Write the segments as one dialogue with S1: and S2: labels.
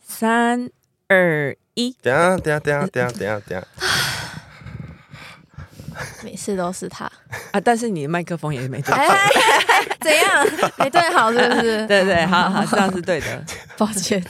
S1: 三二一，
S2: 等一下，等一下，等一下，等一下，等一下，等一下。
S1: 哎
S3: 每次都 是他，
S1: 啊！但是你的麦克风也没
S2: 啊
S1: 对，
S3: 哎，怎样？没对好是不 是？
S1: 对对，好好，这样是对 的。
S3: 抱歉，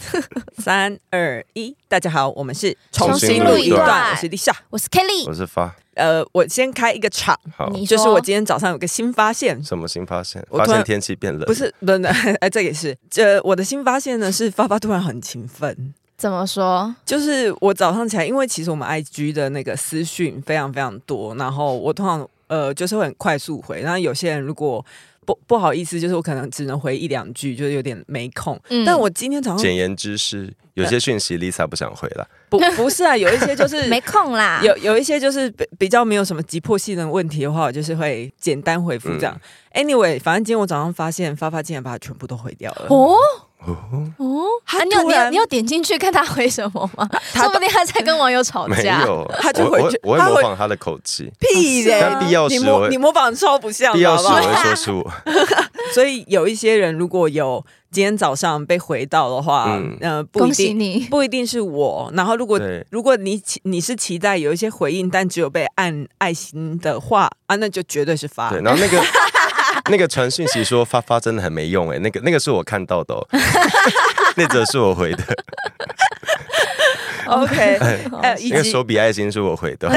S1: 三二一，大家好，我们是
S2: 重新录一
S3: 段
S1: 我是 Lisa。
S3: 我是 Kelly，
S2: 我是发，
S1: 呃，我先开一个场，
S2: 好，
S3: 你
S1: 就是
S3: 说
S1: 我今天早上有个新发现，
S2: 什么新发现？
S1: 我
S2: 发
S1: 突然
S2: 现天气变冷，
S1: 不是，不 是，哎，这也是，这我的新发现呢是发发突然很勤奋。
S3: 怎么说？
S1: 就是我早上起来，因为其实我们 IG 的那个私讯非常非常多，然后我通常呃就是会很快速回，然后有些人如果不不好意思，就是我可能只能回一两句，就是有点没空。
S3: 嗯
S1: 但我今天早 上
S2: 简言之是，有些讯息 Lisa 不想回了，
S1: 不不是啊，有一些就 是
S3: 没空啦。
S1: 有有一些就是比比较没有什么急迫性的问题的话，我就是会简单回复这样。anyway，反
S2: 嗯
S1: 正今天我早上发现发发竟然把它全部都回掉了。
S3: 哦
S2: 哦，
S3: 哦，
S1: 他
S3: 啊，你有
S1: 突
S3: 你有
S1: 然
S3: 你有点进去看他回什么吗？
S1: 他
S3: 说不定他在跟网友吵
S2: 没
S3: 架。
S2: 有，
S1: 哦他就
S2: 我
S1: 回
S2: 我
S1: 去
S2: 我会
S1: 他
S2: 模
S1: 回
S2: 仿他的口气，
S1: 屁嘞！
S3: 啊是
S2: 但必要
S1: 你
S2: 时我
S1: 模
S2: 会
S1: 你模仿超不像
S2: 必
S1: 的，
S2: 要
S1: 好
S2: 时
S1: 不
S2: 我
S1: 好？
S2: 会说出我，
S1: 所以有一些人如果有今天早上被回到的话，
S2: 嗯
S1: 呃，不一
S3: 恭喜
S1: 定
S3: 你，
S1: 不一定是我。然后如果
S2: 对
S1: 如果你期你是期待有一些回应，但只有被按爱心的话啊，那就绝对是发
S2: 对，。然后那个 那个传讯息说发发真的很没用哎，那个那个是我看到的， 哦，那则是我回的，
S1: OK，呃，以
S2: 那个
S1: 及
S2: 手比爱心是我回的，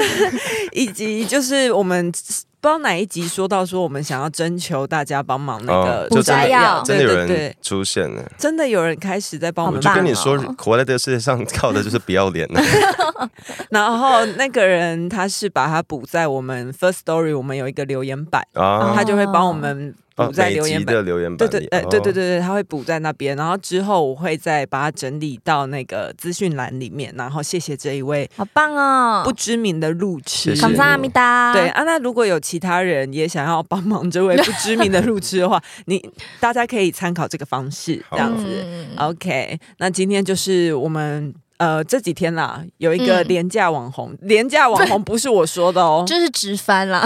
S1: 以及就是我们不知道哪一集说到说我们想要征求大家帮 忙那个
S2: 哦就
S1: 补
S2: 真
S1: 家
S2: 的
S1: 药，
S2: 真的有
S1: 对对
S2: 人
S1: 对
S2: 出现了。
S1: 真的有人开始在帮我
S2: 我
S1: 们
S2: 就
S1: 忙
S2: 跟你说
S3: 棒哦，
S2: 活在这个世界上靠的就是不要脸 了。
S1: 然后那个人他是把它补在我们 First Story，我们有一个留言板，
S2: 啊
S1: 他就会帮我们
S2: 哦
S1: 补在
S2: 每
S1: 留言
S2: 集
S1: 板。
S2: 的留言
S1: 对
S2: 板
S1: 对
S2: 里，，
S3: 哎
S1: 呃，对对对
S2: 哦，
S1: 对，他会补在那边，然后之后我会再把它整理到那个资讯栏里面，然后谢谢这一位
S3: 好棒哦！
S1: 不知名的路痴。
S2: 谢谢
S3: 感谢阿米达。
S1: 对，啊，那如果有其他人也想要帮忙这位不知名的路痴的话，你大家可以参考这个方式，这样子。
S3: 嗯
S1: OK，那今天就是我们呃这几天啦，有一个
S3: 嗯
S1: 廉价网红，廉价网红不是我说的哦，
S3: 就是直翻啦，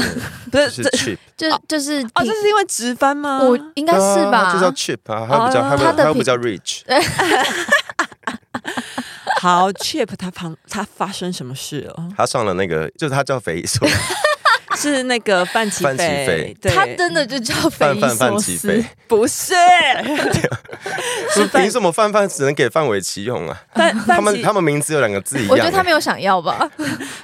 S1: 不
S2: 就是是
S1: 这
S2: cheap
S3: 就就是
S1: 哦，这是因为直翻吗？
S3: 我 应该是吧？
S2: 啊就叫 cheap 啊，它比较
S1: 哦
S2: 它比
S3: 它
S2: 较它
S3: 的
S2: 比
S3: 品哎
S2: 较 rich。
S1: 好 Chip 他旁他发生什么事了？
S2: 他上了那个，就是他叫匪夷 所
S1: 是那个范奇
S2: 范琪
S1: 斐
S2: 斐，
S1: 对，
S3: 他真的就叫匪
S2: 范
S3: 夷
S2: 范范
S3: 所
S2: 齐
S3: 思
S2: 飞，，
S1: 不是 是范
S2: 凭什么范范只能给范玮琪用啊？
S1: 范
S2: 他
S1: 范
S2: 们
S1: 奇
S2: 他们名字有两个字一样欸，
S3: 我觉得他没有想要吧。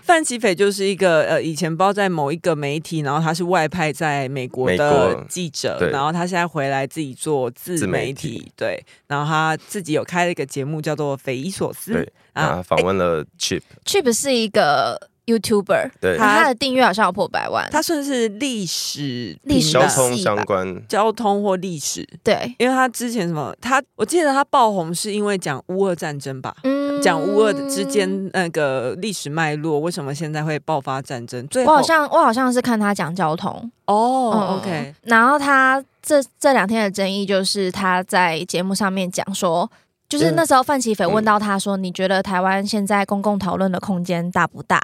S1: 范奇斐就是一个呃以前包在某一个媒体，然后他是外派在美国
S2: 美
S1: 的
S2: 国
S1: 记者，
S2: 对
S1: 然后他现在回来自己做自
S2: 自
S1: 媒
S2: 媒
S1: 体，
S2: 体
S1: 对，然后他自己有开了一个节目叫做《匪夷所思》
S2: 对啊，
S3: 哎
S2: 访问了 cheap，
S3: Chip 是一个 YouTuber，
S2: 对，
S1: 他
S3: 他的订阅好像有破百万。
S1: 他算是历史
S3: 历史
S1: 频
S2: 交
S1: 道
S2: 通
S3: 系
S2: 相
S3: 吧
S2: 关，
S1: 交通或历史，
S3: 对，
S1: 因为他之前什么，他我记得他爆红是因为讲乌俄战争吧。
S3: 嗯
S1: 讲乌俄之间那个历史脉络，为什么现在会爆发战争？最
S3: 我
S1: 后
S3: 好像我好像是看他讲交通，
S1: 哦、
S3: 嗯
S1: o k
S3: 然后他这这两天的争议就是他在节目上面讲说。
S1: 嗯
S3: 就是那时候范琪斐问到他说：“你觉得台湾现在公共讨论的空间大不大？”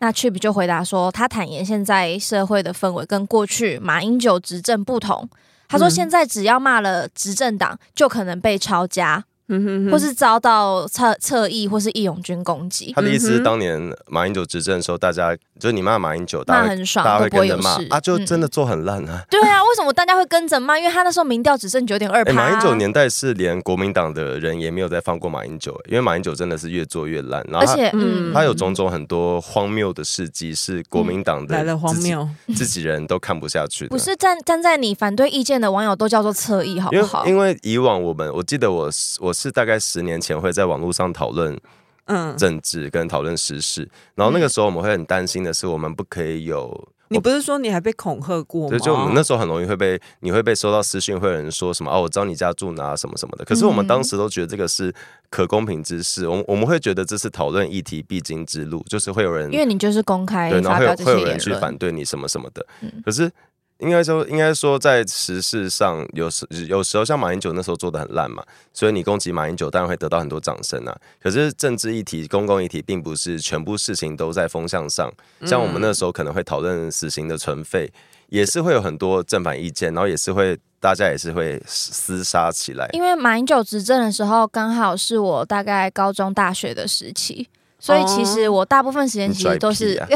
S3: 那 Chip 就回答说：“他坦言现在社会的氛围跟过去马英九执政不同。他说
S1: 嗯
S3: 现在只要骂了执政党，就可能被抄家，
S1: 嗯哼哼
S3: 或是遭到侧侧翼或是义勇军攻击，
S2: 他的意
S1: 嗯
S2: 思是，
S1: 哼
S2: 当年马英九执政的时候，大家就是你骂马英九，大
S3: 骂
S2: 家会
S3: 很爽
S2: 大家
S3: 都
S2: 会
S3: 不会
S2: 跟着
S3: 有
S2: 骂
S3: 事
S2: 啊，就
S3: 嗯
S2: 真的做很烂啊。
S3: 对啊，为什么大家会跟着骂？因为他那时候民调只剩九点二
S2: 哎，
S3: 趴。啊
S2: 马英九年代是连国民党的人也没有再放过马英九，因为马英九真的是越做越烂，然后
S3: 而
S2: 啊他
S3: 且
S1: 嗯嗯
S3: 嗯，
S2: 他有种种很多荒谬的事迹，是国民党的
S1: 来了荒
S2: 自己
S1: 谬，
S2: 自己人都看不下去的。
S3: 不是站站在你反对意见的网友都叫做侧翼，好
S2: 因
S3: 不
S2: 为
S3: 好？
S2: 因为以往我们我记得我是我是大概十年前会在网络上讨论
S1: 嗯，
S2: 政治跟讨论时事，然后那个时候我们会很担心的是我们不可以有。
S1: 你不是说你还被恐吓过吗？
S2: 就就我们那时候很容易会被，你会被收到私讯，会有人说什么哦，我知道你家住哪什么什么的。可是我们
S3: 嗯
S2: 当时都觉得这个是可公平之事，我们我们会觉得这是讨论议题必经之路，就是会有人
S3: 因为你就是公开
S2: 对，然后
S3: 发
S2: 会
S3: 表
S2: 有
S3: 这
S2: 会
S3: 些
S2: 有人
S3: 言
S2: 去反
S3: 论，
S2: 对你什么什么的。
S3: 嗯
S2: 可是应该说，应该说在时事上，有时有时候像马英九那时候做的很烂嘛，所以你攻击马英九，当然会得到很多掌声啊。可是政治议题、公共议题，并
S3: 嗯
S2: 不是全部事情都在风向上。像我们那时候可能会讨论死刑的存废。也是会有很多正反意见，然后也是会大家也是会厮杀起来。
S3: 因为马英九执政的时候，刚好是我大概高中、大学的时期，所以其实我大部分时间
S2: 哦你
S3: 其
S2: 拽
S3: 实都是
S2: 屁 啊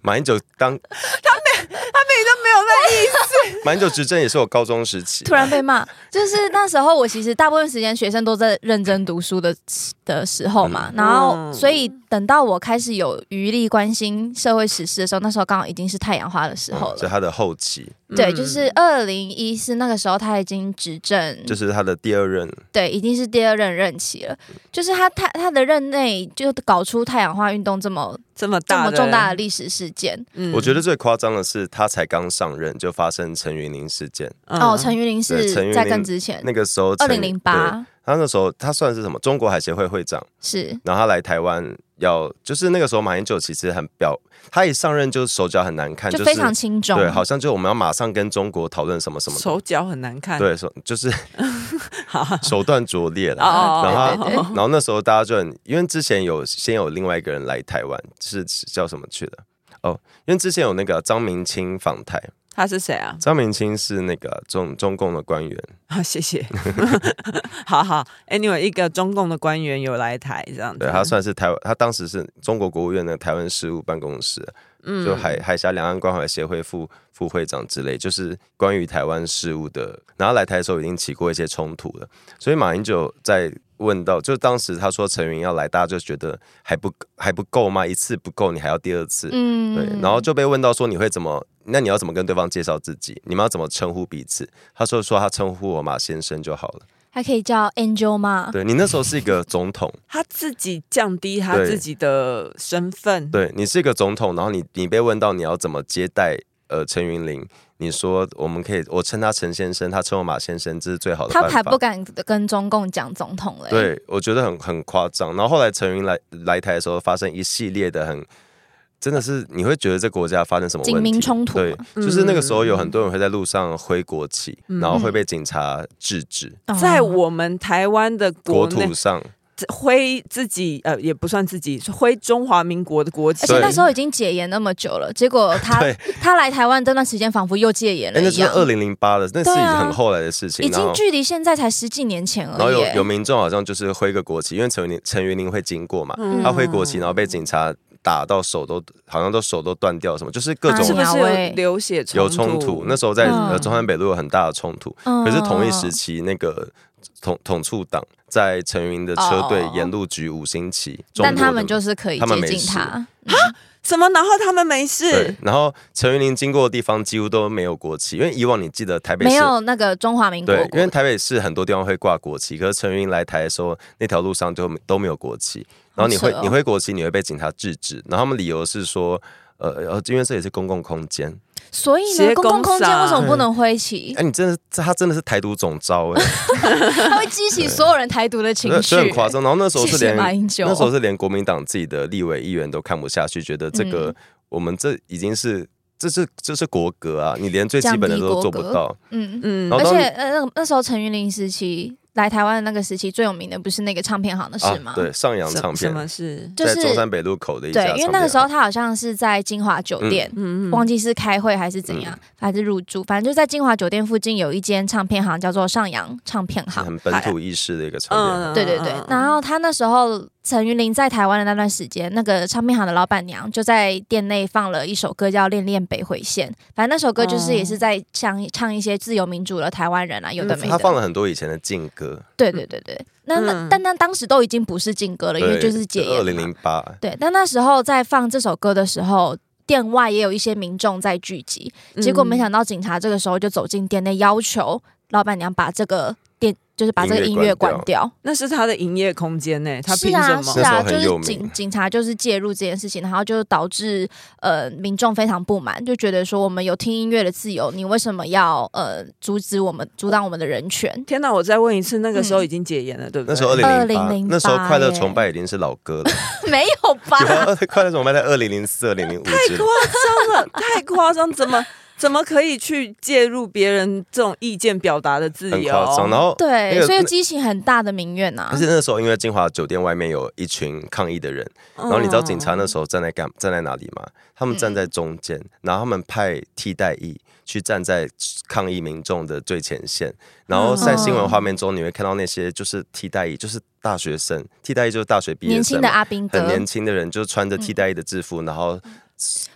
S2: 马英九当
S1: 没有在
S2: 马英九执政也是我高中时期，
S3: 突然 被骂，就是那时候我其实大部分时间学生都在认真读书的的时候嘛，然后
S1: 嗯
S3: 所以等到我开始有余力关心社会时事的时候，那时候刚好已经是太阳花的时候
S2: 嗯就
S3: 了。
S2: 他的后期，
S3: 对，就是二零一四那个时候他已经执政，
S2: 就是他的第二任，
S3: 对，已经是第二任任期了。就是他他他的任内就搞出太阳花运动这么
S1: 这么
S3: 这
S1: 大
S3: 么
S1: 的
S3: 重大的历史事件。
S1: 嗯
S2: 我觉得最夸张的是他才刚上任就发生陈云林事件，
S1: 嗯
S3: 哦，陈云林
S2: 嗯对陈云林
S3: 是在更之前，
S2: 那个时候
S3: 嗯二
S2: 陈
S3: 零零，
S2: 对
S3: 八
S2: 他那时候他算是什么中国海协会会长。
S3: 是
S2: 然后他来台湾要，就是那个时候马英九其实很表，他一上任就手脚很难看，就
S3: 就是非常轻重，
S2: 对，好像就我们要马上跟中国讨论什么什么的，
S1: 手脚很难看，
S2: 对，手就是
S1: 好，
S2: 手段拙劣了。
S1: 哦，
S2: 然
S1: 后
S3: 对对对
S2: 然后那时候大家就很，因为之前有先有另外一个人来台湾，是叫什么去的？哦，因为之前有那个张明清访台，
S1: 他是谁啊？
S2: 张明清是那个中中共的官员，
S1: 啊，谢 谢，好好，Anyway，一个中共的官员有来台这样子，
S2: 对他算是台湾，他当时是中国国务院的台湾事务办公室，
S1: 嗯
S2: 就海海峡两岸关怀协会副副会长之类，就是关于台湾事务的。然后来台的时候已经起过一些冲突了，所以马英九在问到，就当时他说陈云要来，大家就觉得还不还不够吗？一次不够，你还要第二次。
S3: 嗯
S2: 对，然后就被问到说你会怎么？那你要怎么跟对方介绍自己？你们要怎么称呼彼此？他说说他称呼我马先生就好了。
S3: 还可以叫 Angel 吗？
S2: 对你那时候是一个总统，
S1: 他自己降低他
S2: 对
S1: 自己的身份，
S2: 对你是一个总统，然后你你被问到你要怎么接待呃陈云林，你说我们可以，我称他陈先生，他称我马先生，这是最好的
S3: 他
S2: 办法。
S3: 还不敢跟中共讲总统嘞、
S2: 对，我觉得很很夸张。然后后来陈云来来台的时候，发生一系列的很，真的是你会觉得这国家发生什么
S3: 警
S2: 问题
S3: 民冲突
S2: 对
S3: 嘛，
S2: 就是那个时候有很多人会在路上挥国旗，
S1: 嗯
S2: 然后会被警察制止。
S3: 哦
S1: 在我们台湾的
S2: 国
S1: 国内
S2: 土上，
S1: 挥自己呃也不算自己挥中华民国的国旗，
S3: 而且那时候已经解严那么久了，结果他
S2: 对，
S3: 他来台湾这段时间仿佛又戒严
S2: 哎，
S3: 了
S2: 那
S3: 一
S2: 是二
S3: 样，
S2: 零零八了，那是
S3: 对啊
S2: 很后来的事情。
S3: 已
S2: 然后
S3: 经距离现在才十几年前
S2: 然后
S3: 而已
S2: 有
S3: 耶、
S2: 有民众好像就是挥个国旗，因为陈云林陈云林会经过嘛，
S1: 嗯
S2: 他挥国旗，然后被警察打到手都好像都手都断掉什么，就是各
S1: 是不
S2: 种
S1: 是
S3: 啊喂
S1: 有流血冲
S2: 有冲突。那时候在
S3: 嗯
S2: 呃中山北路有很大的冲突，
S3: 嗯
S2: 可是同一时期那个统统促党在陈云的车队
S3: 哦
S2: 沿路举五星旗，中
S3: 但
S2: 国
S3: 他
S2: 的
S3: 们就是可以
S2: 他们
S3: 接
S2: 没
S3: 近
S2: 事
S3: 他，
S1: 什么？然后他们没
S2: 对
S1: 事，，
S2: 然后陈云林经过的地方几乎都没有国旗，因为以往你记得台北
S3: 没
S2: 市
S3: 有那个中华民国
S2: 对，因为
S3: 国。
S2: 台北市很多地方会挂国旗，可是陈云来台的时候，那条路上就没都没有国旗。然后你
S3: 好
S2: 会、
S3: 扯哦
S2: 你会国旗，你会被警察制止。然后他们理由是说，呃，呃因为这也是公共空间。
S3: 所以呢，
S1: 协
S3: 公
S1: 公
S3: 共空间
S1: 杀
S3: 为什么不能挥旗
S2: 哎、？你真的是他真的是台独总招哎、
S3: 它会激起所有人台独的 情
S2: 所以
S3: 绪、
S2: 所以很夸张。然后那时候
S3: 谢
S2: 是
S3: 谢
S2: 连
S3: 马英九，
S2: 那时候是连国民党自己的立委议员都看不下去，觉得这个、
S3: 嗯
S2: 我们这已经是这是这是国格啊，你连最基本的都做不
S3: 降低国格
S2: 到。
S3: 嗯，
S1: 嗯
S2: 然，后
S3: 而
S2: 当
S3: 且呃，那个那时候陈云林时期来台湾的那个时期，最有名的不是那个唱片行的事吗？
S2: 啊对，上扬
S1: 什
S2: 唱
S1: 什
S2: 片
S1: 么事？
S3: 就
S2: 在中山
S3: 是
S2: 北路口的一家
S3: 对，
S2: 唱片行，
S3: 因为那个时候他好像是在金华酒店，
S1: 嗯
S3: 忘记是开会还是怎
S2: 嗯
S3: 样，还是入住，反正就在金华酒店附近有一间唱片行，叫做上扬唱片
S2: 是
S3: 行。
S2: 很本土意识的一个
S3: 嗯
S1: 嗯
S2: 唱片。
S3: 对对对，然后他那时候陈云林在台湾的那段时间，那个唱片行的老板娘就在店内放了一首歌叫《恋恋北回线》，反正那首歌就是也是在唱唱一些自由民主的台湾人啊，有的没
S2: 他
S3: 的。
S2: 放了很多以前的禁歌，
S3: 对对对对，那那
S1: 嗯
S3: 但但当时都已经不是禁歌了，因为就是解
S2: 二
S3: 严了
S2: 零
S3: 嘛。嗯
S2: 零八，
S3: 对，但那时候在放这首歌的时候，店外也有一些民众在聚集，
S1: 嗯
S3: 结果没想到警察这个时候就走进店内，要求老板娘把这个店就是把这个音
S2: 音
S3: 乐
S2: 乐
S3: 关
S2: 关
S3: 掉。
S1: 那是他的营业空间呢，他
S3: 是
S1: 凭什
S3: 啊，
S1: 么？
S3: 是
S2: 那时
S3: 啊，
S2: 候很
S3: 就
S2: 有
S3: 是
S2: 名
S3: 警警察就是介入这件事情，然后就导致呃民众非常不满，就觉得说我们有听音乐的自由，你为什么要呃阻止我们阻挡我们的人权？
S1: 天哪！我再问一次，那个时候
S3: 嗯
S1: 已经解严了，对不对？呃
S2: 那时候二零零八
S3: 2008，
S2: 那时候快乐
S3: 耶
S2: 崇拜已经是老歌了，
S3: 没有 吧？
S2: 啊有快乐崇拜在二零零四、二零零五之类。
S1: 夸张了，太夸张！怎么怎么可以去介入别人这种意见表达的自
S2: 很
S1: 由？
S2: 夸张。然后，那
S3: 对，啊
S2: 个
S3: 所
S2: 那
S3: 以激起很大的民怨啊
S2: 而。且那时候因为金华酒店外面有一群抗议的人，
S1: 然
S2: 然后你知
S1: 嗯
S3: 嗯
S2: 道警察那时候站在干站在哪里吗？他们站在中间，然后他们派替代役去站在抗议民众的最前线。然
S3: 嗯
S2: 后在新闻画面中，你会看到那些就是替代役，就是大学生，替代役就是大学毕业
S3: 年轻
S2: 生
S3: 的
S2: 嘛，
S3: 阿兵
S2: 很
S3: 哥，
S2: 年轻的人，就是穿着替代役的制服，然后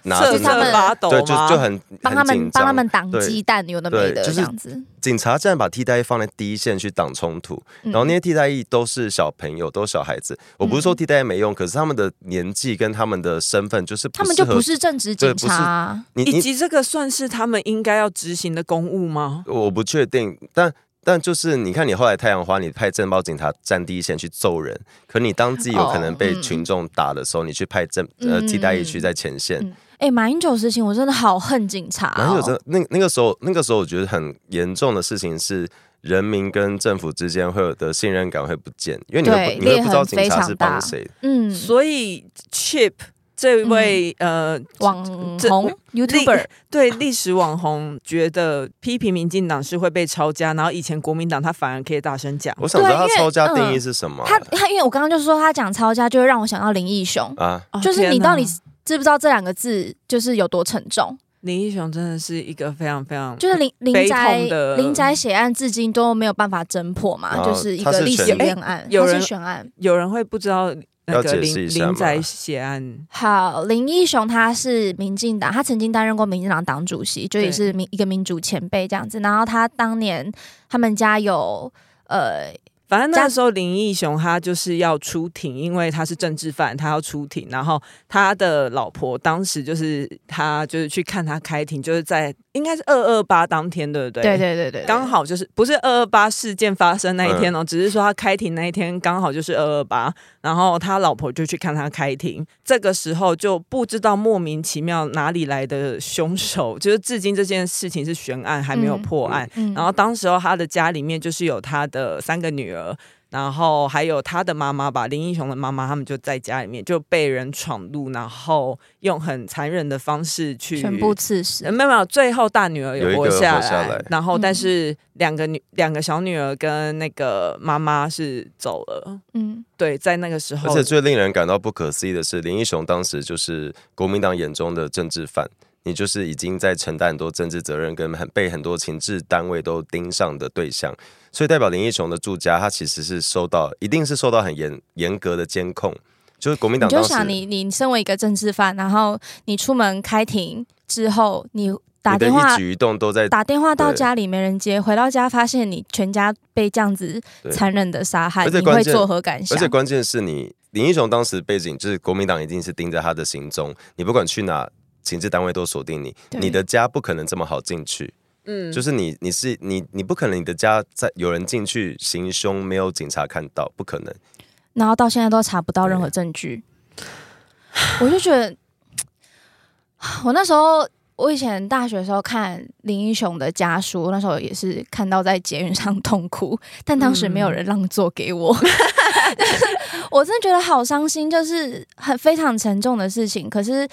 S2: 拿着
S1: 瑟
S3: 就是他
S1: 瑟
S3: 们
S1: 发抖
S2: 对，就
S1: 吗
S2: 就很
S3: 帮他
S2: 很紧
S3: 们帮他们
S2: 张。
S3: 挡
S2: 对
S3: 鸡蛋，有的没
S2: 对
S3: 的
S2: 就
S3: 这
S2: 是
S3: 样子。
S2: 警察竟然把替代役放在第一线去挡冲突，
S3: 然
S2: 然后那些替代役都是小朋友，都是小孩子。我不
S3: 嗯
S2: 是说替代役没用，可是他们的年纪跟他们的身份就是
S3: 他
S2: 不
S3: 们
S2: 适
S3: 就
S2: 合
S3: 不是正职
S2: 对
S3: 警
S2: 不是
S3: 察啊，
S2: 你
S1: 以
S2: 你，
S1: 及这个算是他们应该要执行的公务吗？
S2: 我不确定，但但就是你看，你后来太阳花，你派政报警察站第一线去揍人，可你当自己有可能被
S3: 哦嗯
S2: 群众打的时候，你去派政呃
S3: 嗯
S2: 替代役去在前线。
S3: 嗯哎，马英九的事情我真的好恨警察
S2: 然后有
S3: 哦，
S2: 这那那个时候，那个时候我觉得很严重的事情是，人民跟政府之间会有的信任感会不见，因为你
S3: 对
S2: 会不你会
S3: 裂
S2: 不知道
S3: 痕
S2: 警
S3: 非
S2: 察
S3: 常
S2: 是
S3: 大
S2: 帮谁。
S3: 嗯，
S1: 所以 Chip 这位、呃
S3: 网
S1: 这
S3: 红 YouTuber
S1: 历对历史网红觉得批评民进党是会被抄家，然后以前国民党他反而可以大声讲。
S2: 我想知道
S3: 对因
S2: 他
S3: 为
S2: 抄家定义
S3: 嗯
S2: 是什么啊、
S3: 他他，因为我刚刚就是说他讲抄家，就会让我想到林义雄，
S2: 啊，
S1: 哦
S3: 就是你
S1: 天哪
S3: 到底知不知道这两个字就是有多沉重？
S1: 林义雄真的是一个非常非常
S3: 就是林林
S1: 悲
S3: 宅
S1: 痛的
S3: 林宅血案至今都没有办法侦破嘛，
S2: 然
S3: 就
S2: 后
S3: 是一
S2: 啊他
S3: 个
S2: 是
S3: 历史
S2: 全
S3: 冤案，
S1: 哎有
S3: 它是
S1: 人
S3: 悬案。
S1: 有人会不知道那
S2: 要
S1: 个
S2: 解
S1: 林
S2: 释一下
S1: 林
S2: 吗
S1: 宅血案，
S3: 好，林义雄他是民进党，他曾经担任过民进党党主席，就也是民一个民主前辈这样子。然后他当年他们家有呃，
S1: 反正那
S3: 家
S1: 个时候林义雄他就是要出庭，因为他是政治犯，他要出庭。然后他的老婆当时就是他就是去看他开庭，就是在应该是二二八当天，对不对？
S3: 对对对对对，
S1: 刚好就是不是二二八事件发生那一天哦，只是说他开庭那一天刚好就是二二八，然后他老婆就去看他开庭，这个时候就不知道莫名其妙哪里来的凶手，就是至今这件事情是悬案还没有破案，
S3: 嗯
S1: 然后当时候他的家里面就是有他的三个女儿，然后还有他的妈妈吧，林英雄的妈妈，他们就在家里面就被人闯入，然后用很残忍的方式去
S3: 全部刺死
S1: 呃。没有没有，最后大女儿
S2: 有一
S1: 活
S2: 个
S1: 下
S2: 活下来
S1: 然后
S3: 嗯
S1: 但是两个女、两个小女儿跟那个妈妈是走了。
S3: 嗯，
S1: 对，在那个时
S2: 而
S1: 候
S2: 且，最令人感到不可思议的是，林义雄当时就是国民党眼中的政治犯，你就是已经在承担很多政治责任，跟很被很多情治单位都盯上的对象，所以代表林义雄的住家，他其实是受到一定是受到很严严格的监控，就是国民
S3: 你
S2: 党
S3: 就
S2: 当时
S3: 想你你身为一个政治犯，然后你出门开庭之后，你打
S2: 你的
S3: 电话
S2: 一举一动都在
S3: 打电话到
S2: 对
S3: 家里没人接，回到家发现你全家被这样子
S2: 对
S3: 残忍的杀害，
S2: 而且
S3: 你
S2: 关
S3: 会
S2: 键
S3: 作何感
S2: 而
S3: 想
S2: 且？关键是你林英雄当时背景就是国民党一定是盯着他的行踪，你不管去哪，情治单位都锁定你，
S3: 对
S2: 你的家不可能这么好进去。
S1: 嗯，
S2: 就是你你是你你不可能你的家在有人进去行凶，没有警察看到，不可能。
S3: 然后到现在都查不到任何证据，我就觉得，我那时候我以前大学的时候看林英雄的家书，那时候也是看到在捷运上痛哭，但当时没
S1: 嗯
S3: 有人让座给我， 我真的觉得好伤心，就是很非常沉重的事情。可是，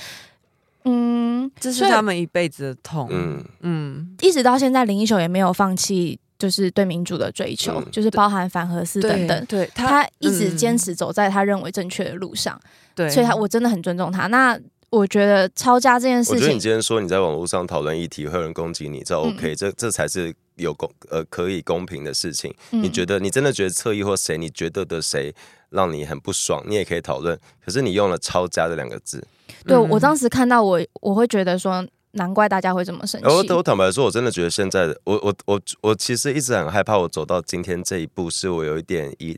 S3: 嗯，
S1: 这是
S3: 所以
S1: 他们一辈子的痛。嗯
S2: 嗯
S1: 嗯，
S3: 一直到现在，林英雄也没有放弃，就是对民主的追求，
S2: 嗯
S3: 就是包含反核四等等。
S1: 对他
S3: 他一直
S1: 嗯
S3: 坚持走在他认为正确的路上，
S1: 对，
S3: 所以他我真的很尊重他。那我觉得抄家这件
S2: 我
S3: 事
S2: 觉得
S3: 情
S2: 你，今天说你在网络上讨论议题，会有人攻击你，这 OK，、这这才是有公呃可以公平的事情。你觉
S3: 得
S2: 得你真的觉得侧翼或谁，你觉得的谁让你很不爽，你也可以讨论。可是你用了“抄家”这两个字，
S3: 对、
S1: 嗯
S3: 我当时看到我，我会觉得说，难怪大家会这么生气。
S2: 呃我我坦白说，我真的觉得现在的我我我我其实一直很害怕，我走到今天这一步，是我有一点倚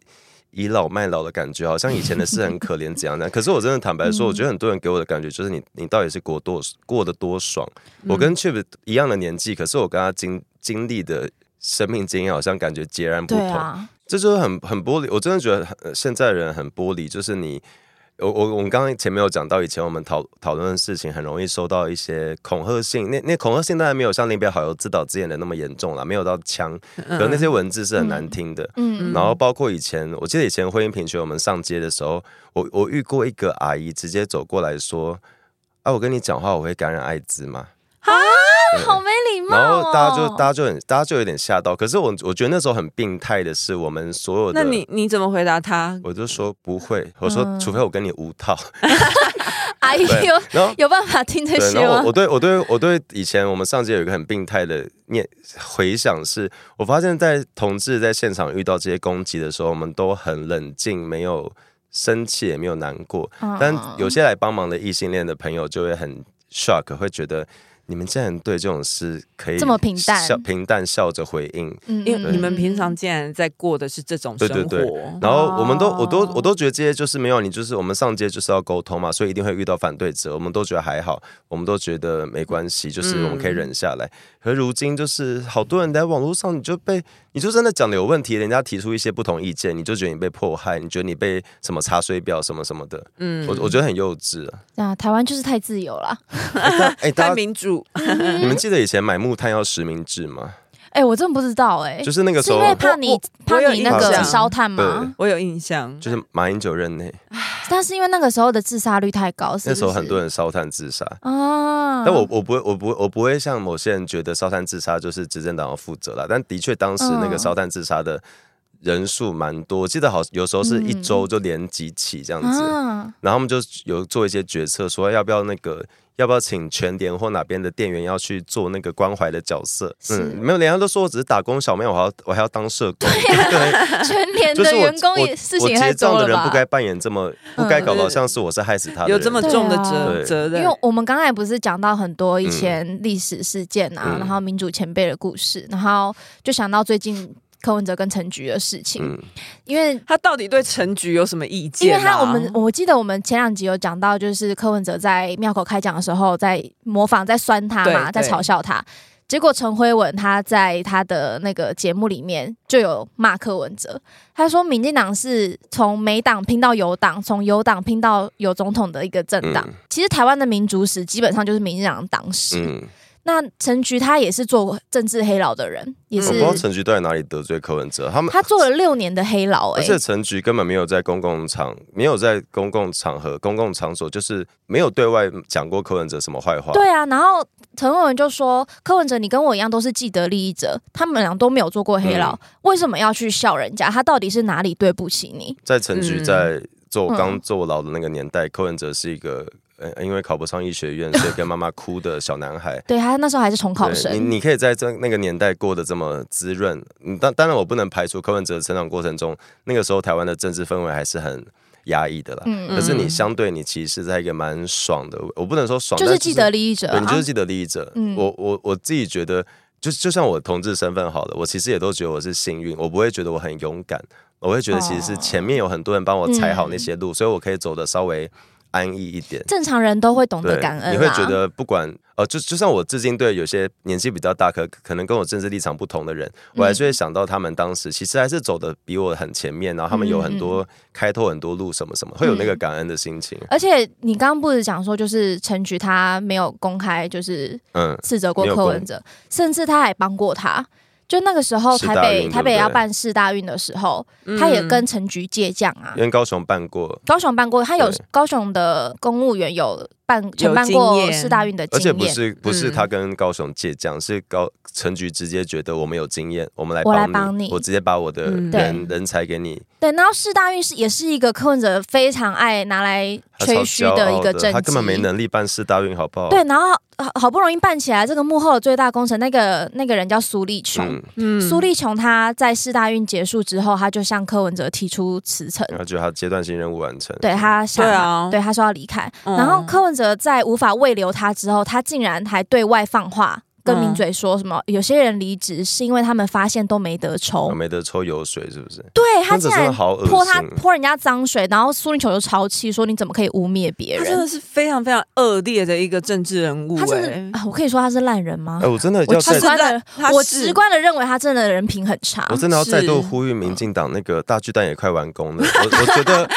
S2: 倚老卖老的感觉，好像以前的事很可怜怎样的。可是我真的坦白说，我觉得很多人给我的感觉就是你你到底是过多过得多爽。
S3: 嗯
S2: 我跟 Chip 一样的年纪，可是我跟他经经历的生命经验好像感觉截然不
S3: 对
S2: 同。
S3: 啊，
S2: 这就是很很玻璃，我真的觉得很呃现在人很玻璃，就是你。我我我们刚刚前面有讲到，以前我们讨讨论的事情很容易收到一些恐吓信，那那恐吓信当然没有像林北好友自导自演的那么严重啦，没有到枪，可
S1: 嗯
S2: 那些文字是很难听的。
S3: 嗯，
S2: 然后包括以前，我记得以前婚姻平权我们上街的时候，我我遇过一个阿姨直接走过来说：“啊，我跟你讲话我会感染艾滋吗？”
S3: 好没闹、哦，
S2: 然后大家就大家就很大家就有点吓到。可是我我觉得那时候很病态的是，我们所有的
S1: 那你你怎么回答他？
S2: 我就说不会，我说
S3: 嗯
S2: 除非我跟你无套，
S3: 阿姨
S2: 对
S3: 有
S2: 然后。
S3: 哎有办法听这
S2: 对，
S3: 些
S2: 然后我
S3: 吗
S2: 我？对我对我对以前我们上届有一个很病态的念回想是，我发现在同志在现场遇到这些攻击的时候，我们都很冷静，没有生气，也没有难过。
S3: 嗯
S2: 但有些来帮忙的异性恋的朋友就会很 shock，会觉得你们竟然对这种事可以
S3: 这么平淡
S2: 笑平淡笑着回应。
S3: 嗯
S1: 因为
S3: 嗯
S1: 你们
S3: 嗯
S1: 平常竟然在过的是这种生
S2: 对
S1: 活，
S2: 对对然后我们都，我都
S3: 哦，
S2: 我都觉得这些就是没有你，就是我们上街就是要沟通嘛，所以一定会遇到反对者，我们都觉得还好，我们都觉得没关系，就是我们
S3: 嗯
S2: 可以忍下来。可如今就是好多人在网络上，你就被，你就真的讲的有问题，人家提出一些不同意见，你就觉得你被迫害，你觉得你被什么查水表什么什么的，
S1: 嗯
S2: 我我觉得很幼稚 啊。
S3: 那台湾就是太自由了。
S2: 哎，大
S1: 太
S2: 家，
S1: 民主，
S2: 你们记得以前买木炭要实名制吗？
S3: 哎、我真的不知道哎、
S2: 就是那个时
S3: 是因
S2: 候，
S3: 为怕你
S1: 我
S3: 怕
S1: 我有
S3: 你那
S2: 印
S3: 个
S2: 象
S3: 烧炭吗？
S1: 我有印象，
S2: 就是马英九任内，
S3: 但是因为那个时候的自杀率太高，是
S2: 那时候
S3: 不是
S2: 很多人烧炭自杀。
S3: 啊。
S2: 但我我不会，我不会，我不会像某些人觉得烧炭自杀就是执政党要负责啦。但的确，当时那个
S3: 嗯
S2: 烧炭自杀的人数蛮多，我记得好有时候是一
S3: 嗯
S2: 周就连几起这样子，
S3: 啊，
S2: 然后他们就有做一些决策，说要不要那个。要不要请全联或哪边的店员要去做那个关怀的角色？
S3: 是
S2: 嗯，没有，人家都说我只是打工小妹，我还要我还要当社工，对，
S3: 全年
S2: 就
S3: 的
S2: 是我
S3: 员工
S2: 我
S3: 也啊事
S2: 我
S3: 情也太
S2: 结账
S3: 多
S2: 的
S3: 了
S2: 人不该
S3: 吧？嗯
S2: 扮演这么不该搞得好像是我是害死他的人，
S1: 有这么重的
S3: 对
S1: 责
S2: 啊
S1: 责
S3: 因
S1: 任
S3: 为。我们刚才不是讲到很多以前历史事件啊，
S2: 嗯
S3: 然后民主前辈的故事，然后就想到最近柯文哲跟陈菊的事情，
S2: 嗯，
S3: 因为
S1: 他到底对陈局有什么意
S3: 因
S1: 见、啊？
S3: 为他我们我记得我们前两集有讲到，就是柯文哲在庙口开讲的时候，在模仿、在酸他嘛，
S1: 对
S3: 在
S1: 对
S3: 嘲笑他。结果陈辉文他在他的那个节目里面就有骂柯文哲，他说民进党是从美党拼到有党，从有党拼到有总统的一个政党。
S2: 嗯
S3: 其实台湾的民主史基本上就是民进党的党史。
S2: 嗯
S3: 那陈菊他也是做过政治黑牢的人，也
S2: 嗯我不
S3: 是
S2: 知道陈菊到底哪里得罪柯文哲，他们
S3: 他做了六年的黑牢、
S2: 而
S3: 欸，
S2: 且陈菊根本没有在公共场，没有在公共场合、公共场所，就是没有对外讲过柯文哲什么坏话。
S3: 对啊，然后陈文文就说：“柯文哲，你跟我一样都是既得利益者，他们俩都没有做过黑
S2: 嗯
S3: 牢，为什么要去笑人家？他到底是哪里对不起你
S2: 在陈菊在坐
S3: 嗯
S2: 刚坐牢的那个年代，柯文哲是一个呃，因为考不上医学院，所以跟妈妈哭的小男 孩？”。
S3: 对他那时候还是重考
S2: 对你
S3: 生，
S2: 你可以在这那个年代过得这么滋润。嗯，当当然，我不能排除柯文哲成长过程中，那个时候台湾的政治氛围还是很压抑的啦。
S3: 嗯
S2: 可是你相对你其实是在一个蛮爽的，我不能说爽，
S3: 就是
S2: 但
S3: 既得利益者、
S2: 对
S3: 啊
S2: 你。就是既得利益者。
S3: 嗯
S2: 我我我自己觉得，就就像我同志身份好了，我其实也都觉得我是幸运，我不会觉得我很勇敢，我会觉得其实是
S3: 哦嗯
S2: 前面有很多人帮我踩好那些路，所以我可以走的稍微安逸一点。
S3: 正常人都会懂得
S2: 对
S3: 感，恩、啊，
S2: 你会觉得不管呃，就就像我至今对有些年纪比较大，可可能跟我政治立场不同的人，
S3: 嗯
S2: 我还是会想到他们当时其实还是走的比我很前面，然后他们有很
S3: 嗯
S2: 多开拓很多路什么什么，会有那个感恩的心情。
S3: 而且你刚刚不是讲说，就是陈菊他没有公开就是
S2: 嗯，
S3: 斥责过
S2: 没有
S3: 柯
S2: 公
S3: 文哲，甚至他还帮过他。就那个时候，
S2: 世
S3: 台
S2: 大运
S3: 北
S2: 对不
S3: 台北
S2: 对
S3: 要办市大运的时候，
S1: 嗯
S3: 他也跟陈菊借将啊，
S2: 因为高雄办过，
S3: 高雄办过，他有
S2: 嗯对
S3: 高雄的公务员有办承办过四大运的
S2: 而且
S3: 经
S2: 不
S3: 验，
S2: 是不是
S1: 嗯
S2: 他跟高雄借将，是高陈局直接觉得我们有经验，我们来
S3: 我来
S2: 你，
S3: 帮你
S2: 我直接把我的
S1: 嗯
S2: 人、
S3: 对
S2: 人才给你。
S3: 对。然后四大运是也是一个柯文哲非常爱拿来
S2: 他超
S3: 吹嘘
S2: 骄傲
S3: 一个政绩，
S2: 他根本没能力办事大运，好不好？
S3: 对，然后好好不容易办起来，这个幕后的最大功臣，那个那个人叫苏立琼
S2: 嗯。，
S1: 嗯
S3: 苏、立琼他在四大运结束之后，他就向柯文哲提出辞呈，
S2: 然后觉嗯得他阶段性任务完成。
S3: 对他想
S1: 对啊
S3: 对他说要离开。
S1: 嗯
S3: 然后柯文哲在无法慰留他之后，他竟然还对外放话，跟
S1: 嗯
S3: 名嘴说什么、有些人离职是因为他们发现都没得抽。
S2: 啊没得抽油水是不是？
S3: 对他
S2: 那这
S3: 竟
S2: 真的
S3: 然
S2: 好恶
S3: 泼他
S2: 心。
S3: 泼人家脏水，然后苏立球就超气说：“你怎么可以污蔑别
S1: 他真
S3: 人
S1: 的是非常非常恶劣的一个政治人物、？”
S3: 他真
S1: 哎
S3: 的啊，我可以说他是烂人吗
S2: 哎，？我真的
S3: 我
S2: 要
S1: 他
S2: 再
S3: 直
S1: 是，
S3: 观的
S1: 烂，他
S3: 我
S1: 是
S3: 直观的认为他真的人品很差
S2: 我。真的要再度
S1: 是
S2: 呼吁民
S3: 嗯
S2: 进党那个大巨蛋也快完工了。我我觉得，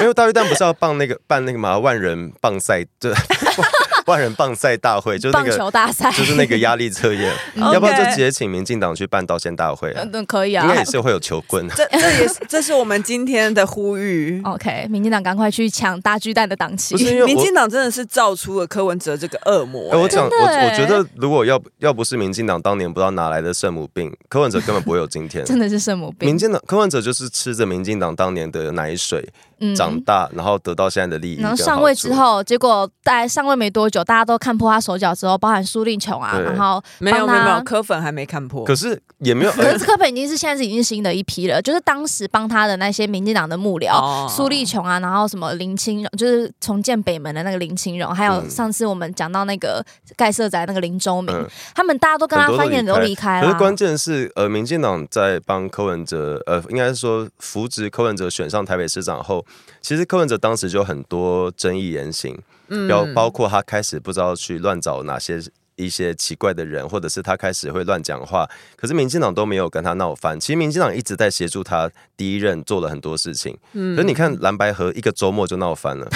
S2: 因为大巨蛋不是要办那个办那个嘛万人棒赛，对， 万人棒赛大会，就是那
S3: 棒
S2: 个
S3: 球大赛，
S2: 就是那个压力测 验，
S1: 嗯
S2: 要不然就
S1: OK
S2: 直接请民进党去办道歉大会啊、
S3: 嗯，嗯可以啊
S2: 应。该也是会有球 棍啊。
S1: 这这也是这是我们今天的呼吁。
S3: OK，民进党赶快去抢大巨蛋的档期
S2: 不。是因为
S1: 民
S2: 我
S1: 进党真的是造出了柯文哲这个恶魔、
S2: 哎、我讲，我
S3: 真的
S2: 我
S3: 欸
S2: 觉得，如果要要不是民进党当年不知道哪来的圣母病，柯文哲根本不会有今天。
S3: 真的是圣母病
S2: 民，进党柯文哲就是吃着民进党当年的奶水
S3: 嗯
S2: 长大，然后得到现在的利益。
S3: 然后上位之，后，结果在上位没多久，大家都看破他手脚之后，包含苏令琼啊，
S2: 对
S3: 然后
S1: 没有
S3: 帮
S1: 没
S3: 他
S1: 有没有，柯粉还没看破。
S2: 可是也 没有。
S3: 可
S2: 呃
S3: 是柯本已经是现在是已经新的一批了，就是当时帮他的那些民进党的幕僚，
S1: 哦
S3: 苏立琼啊，然后什么林清荣，就是重建北门的那个林清荣，还有
S2: 嗯
S3: 上次我们讲到那个盖社宅那个林周明，
S2: 嗯
S3: 他们大家都跟他
S2: 很多都
S3: 翻脸都离开
S2: 可
S3: 了
S2: 是
S3: 啊。
S2: 关键是，呃，民进党在帮柯文哲，呃，应该是说扶植柯文哲选上台北市长后，其实柯文哲当时就很多争议言行，
S1: 嗯
S2: 包包括他开始不知道去乱找哪些一些奇怪的人，或者是他开始会乱讲话，可是民进党都没有跟他闹翻。其实民进党一直在协助他第一任做了很多事情，
S1: 嗯
S2: 可是你看蓝白河一个周末就闹翻 了，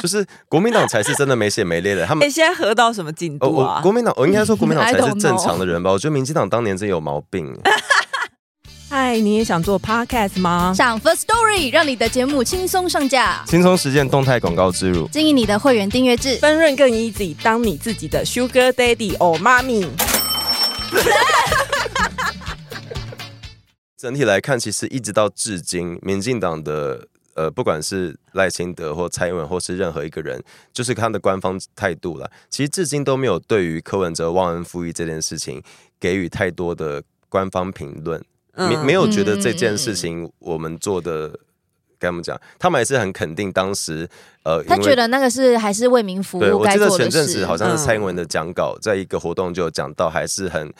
S2: 就是国民党才是真的没血没泪的，他
S1: 哎、
S2: 们。
S1: 现在合到什么进
S2: 哦，
S1: 度
S2: 我
S1: 啊？
S2: 国民党，我应该 说国民党
S3: I
S2: 才
S3: don't
S2: 是正常的人吧？我觉得民进党当年真有毛病。
S1: 嗨，你也想做 podcast 吗？
S3: 上 First Story 让你的节目轻松上架，
S2: 轻松实践动态广告植入，
S3: 经营你的会员订阅制。
S1: 分润更 easy，当你自己的 sugar daddy 或妈咪。
S2: 整体来看，其实一直到至今，民进党的呃，不管是赖清德或蔡英文，或是任何一个人，就是他的官方态度了。其实至今都没有对于柯文哲忘恩负义这件事情给予太多的官方评论，
S1: 嗯
S3: 嗯
S2: 没没有觉得这件事情我们做的。该怎么讲？他们还是很肯定当时，呃，
S3: 他
S2: 因为
S3: 觉得那个是还是为民服
S2: 对，
S3: 务
S2: 我
S3: 该
S2: 记得
S3: 做
S2: 前
S3: 的
S2: 阵子
S3: 事
S2: 好。
S1: 嗯
S2: 像是蔡英文的讲稿，在一个活动就有讲到，还是很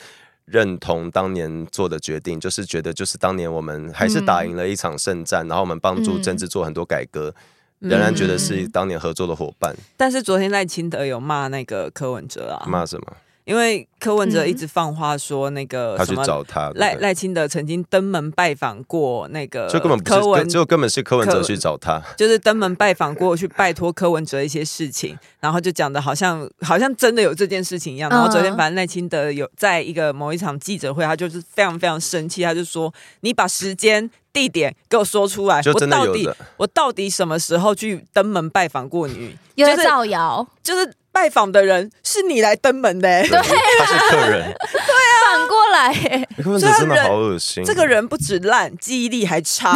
S2: 认同当年做的决定，就是觉得就是当年我们还是打赢
S1: 嗯
S2: 了一场胜战，然后我们帮助政治做很多改革，仍然觉
S1: 嗯
S2: 得是当年合作的伙伴。
S1: 但是昨天赖清德有骂那个柯文哲啊，
S2: 骂什么？
S1: 因为柯文哲一直放话说那个
S2: 他
S1: 呃什
S2: 去
S1: 么
S2: 找他，
S1: 赖
S2: 对不对
S1: 赖清德曾经登门拜访过那个，
S2: 就根本不
S1: 柯
S2: 是，
S1: 文
S2: 就就根本是柯文哲
S1: 柯
S2: 去找他。
S1: 就是登门拜访过去拜托柯文哲一些事情，然后就讲的好像好像真的有这件事情一样。然后昨天
S3: 嗯
S1: 反正赖清德有在一个某一场记者会，他就是非常非常生气，他就说：“你把时间。”地点给我说出来，
S2: 就真的
S1: 哎我到
S2: 有
S1: 底
S2: 的
S1: 我到底什么时候去登门拜访过你？
S3: 又在
S1: 就是
S3: 造谣，
S1: 就是拜访的人是你来登门的、欸，
S2: 对，他是客人，
S3: 反过来、欸
S2: 柯文哲真的好恶心。
S1: 这个人不止烂，记忆力还 差，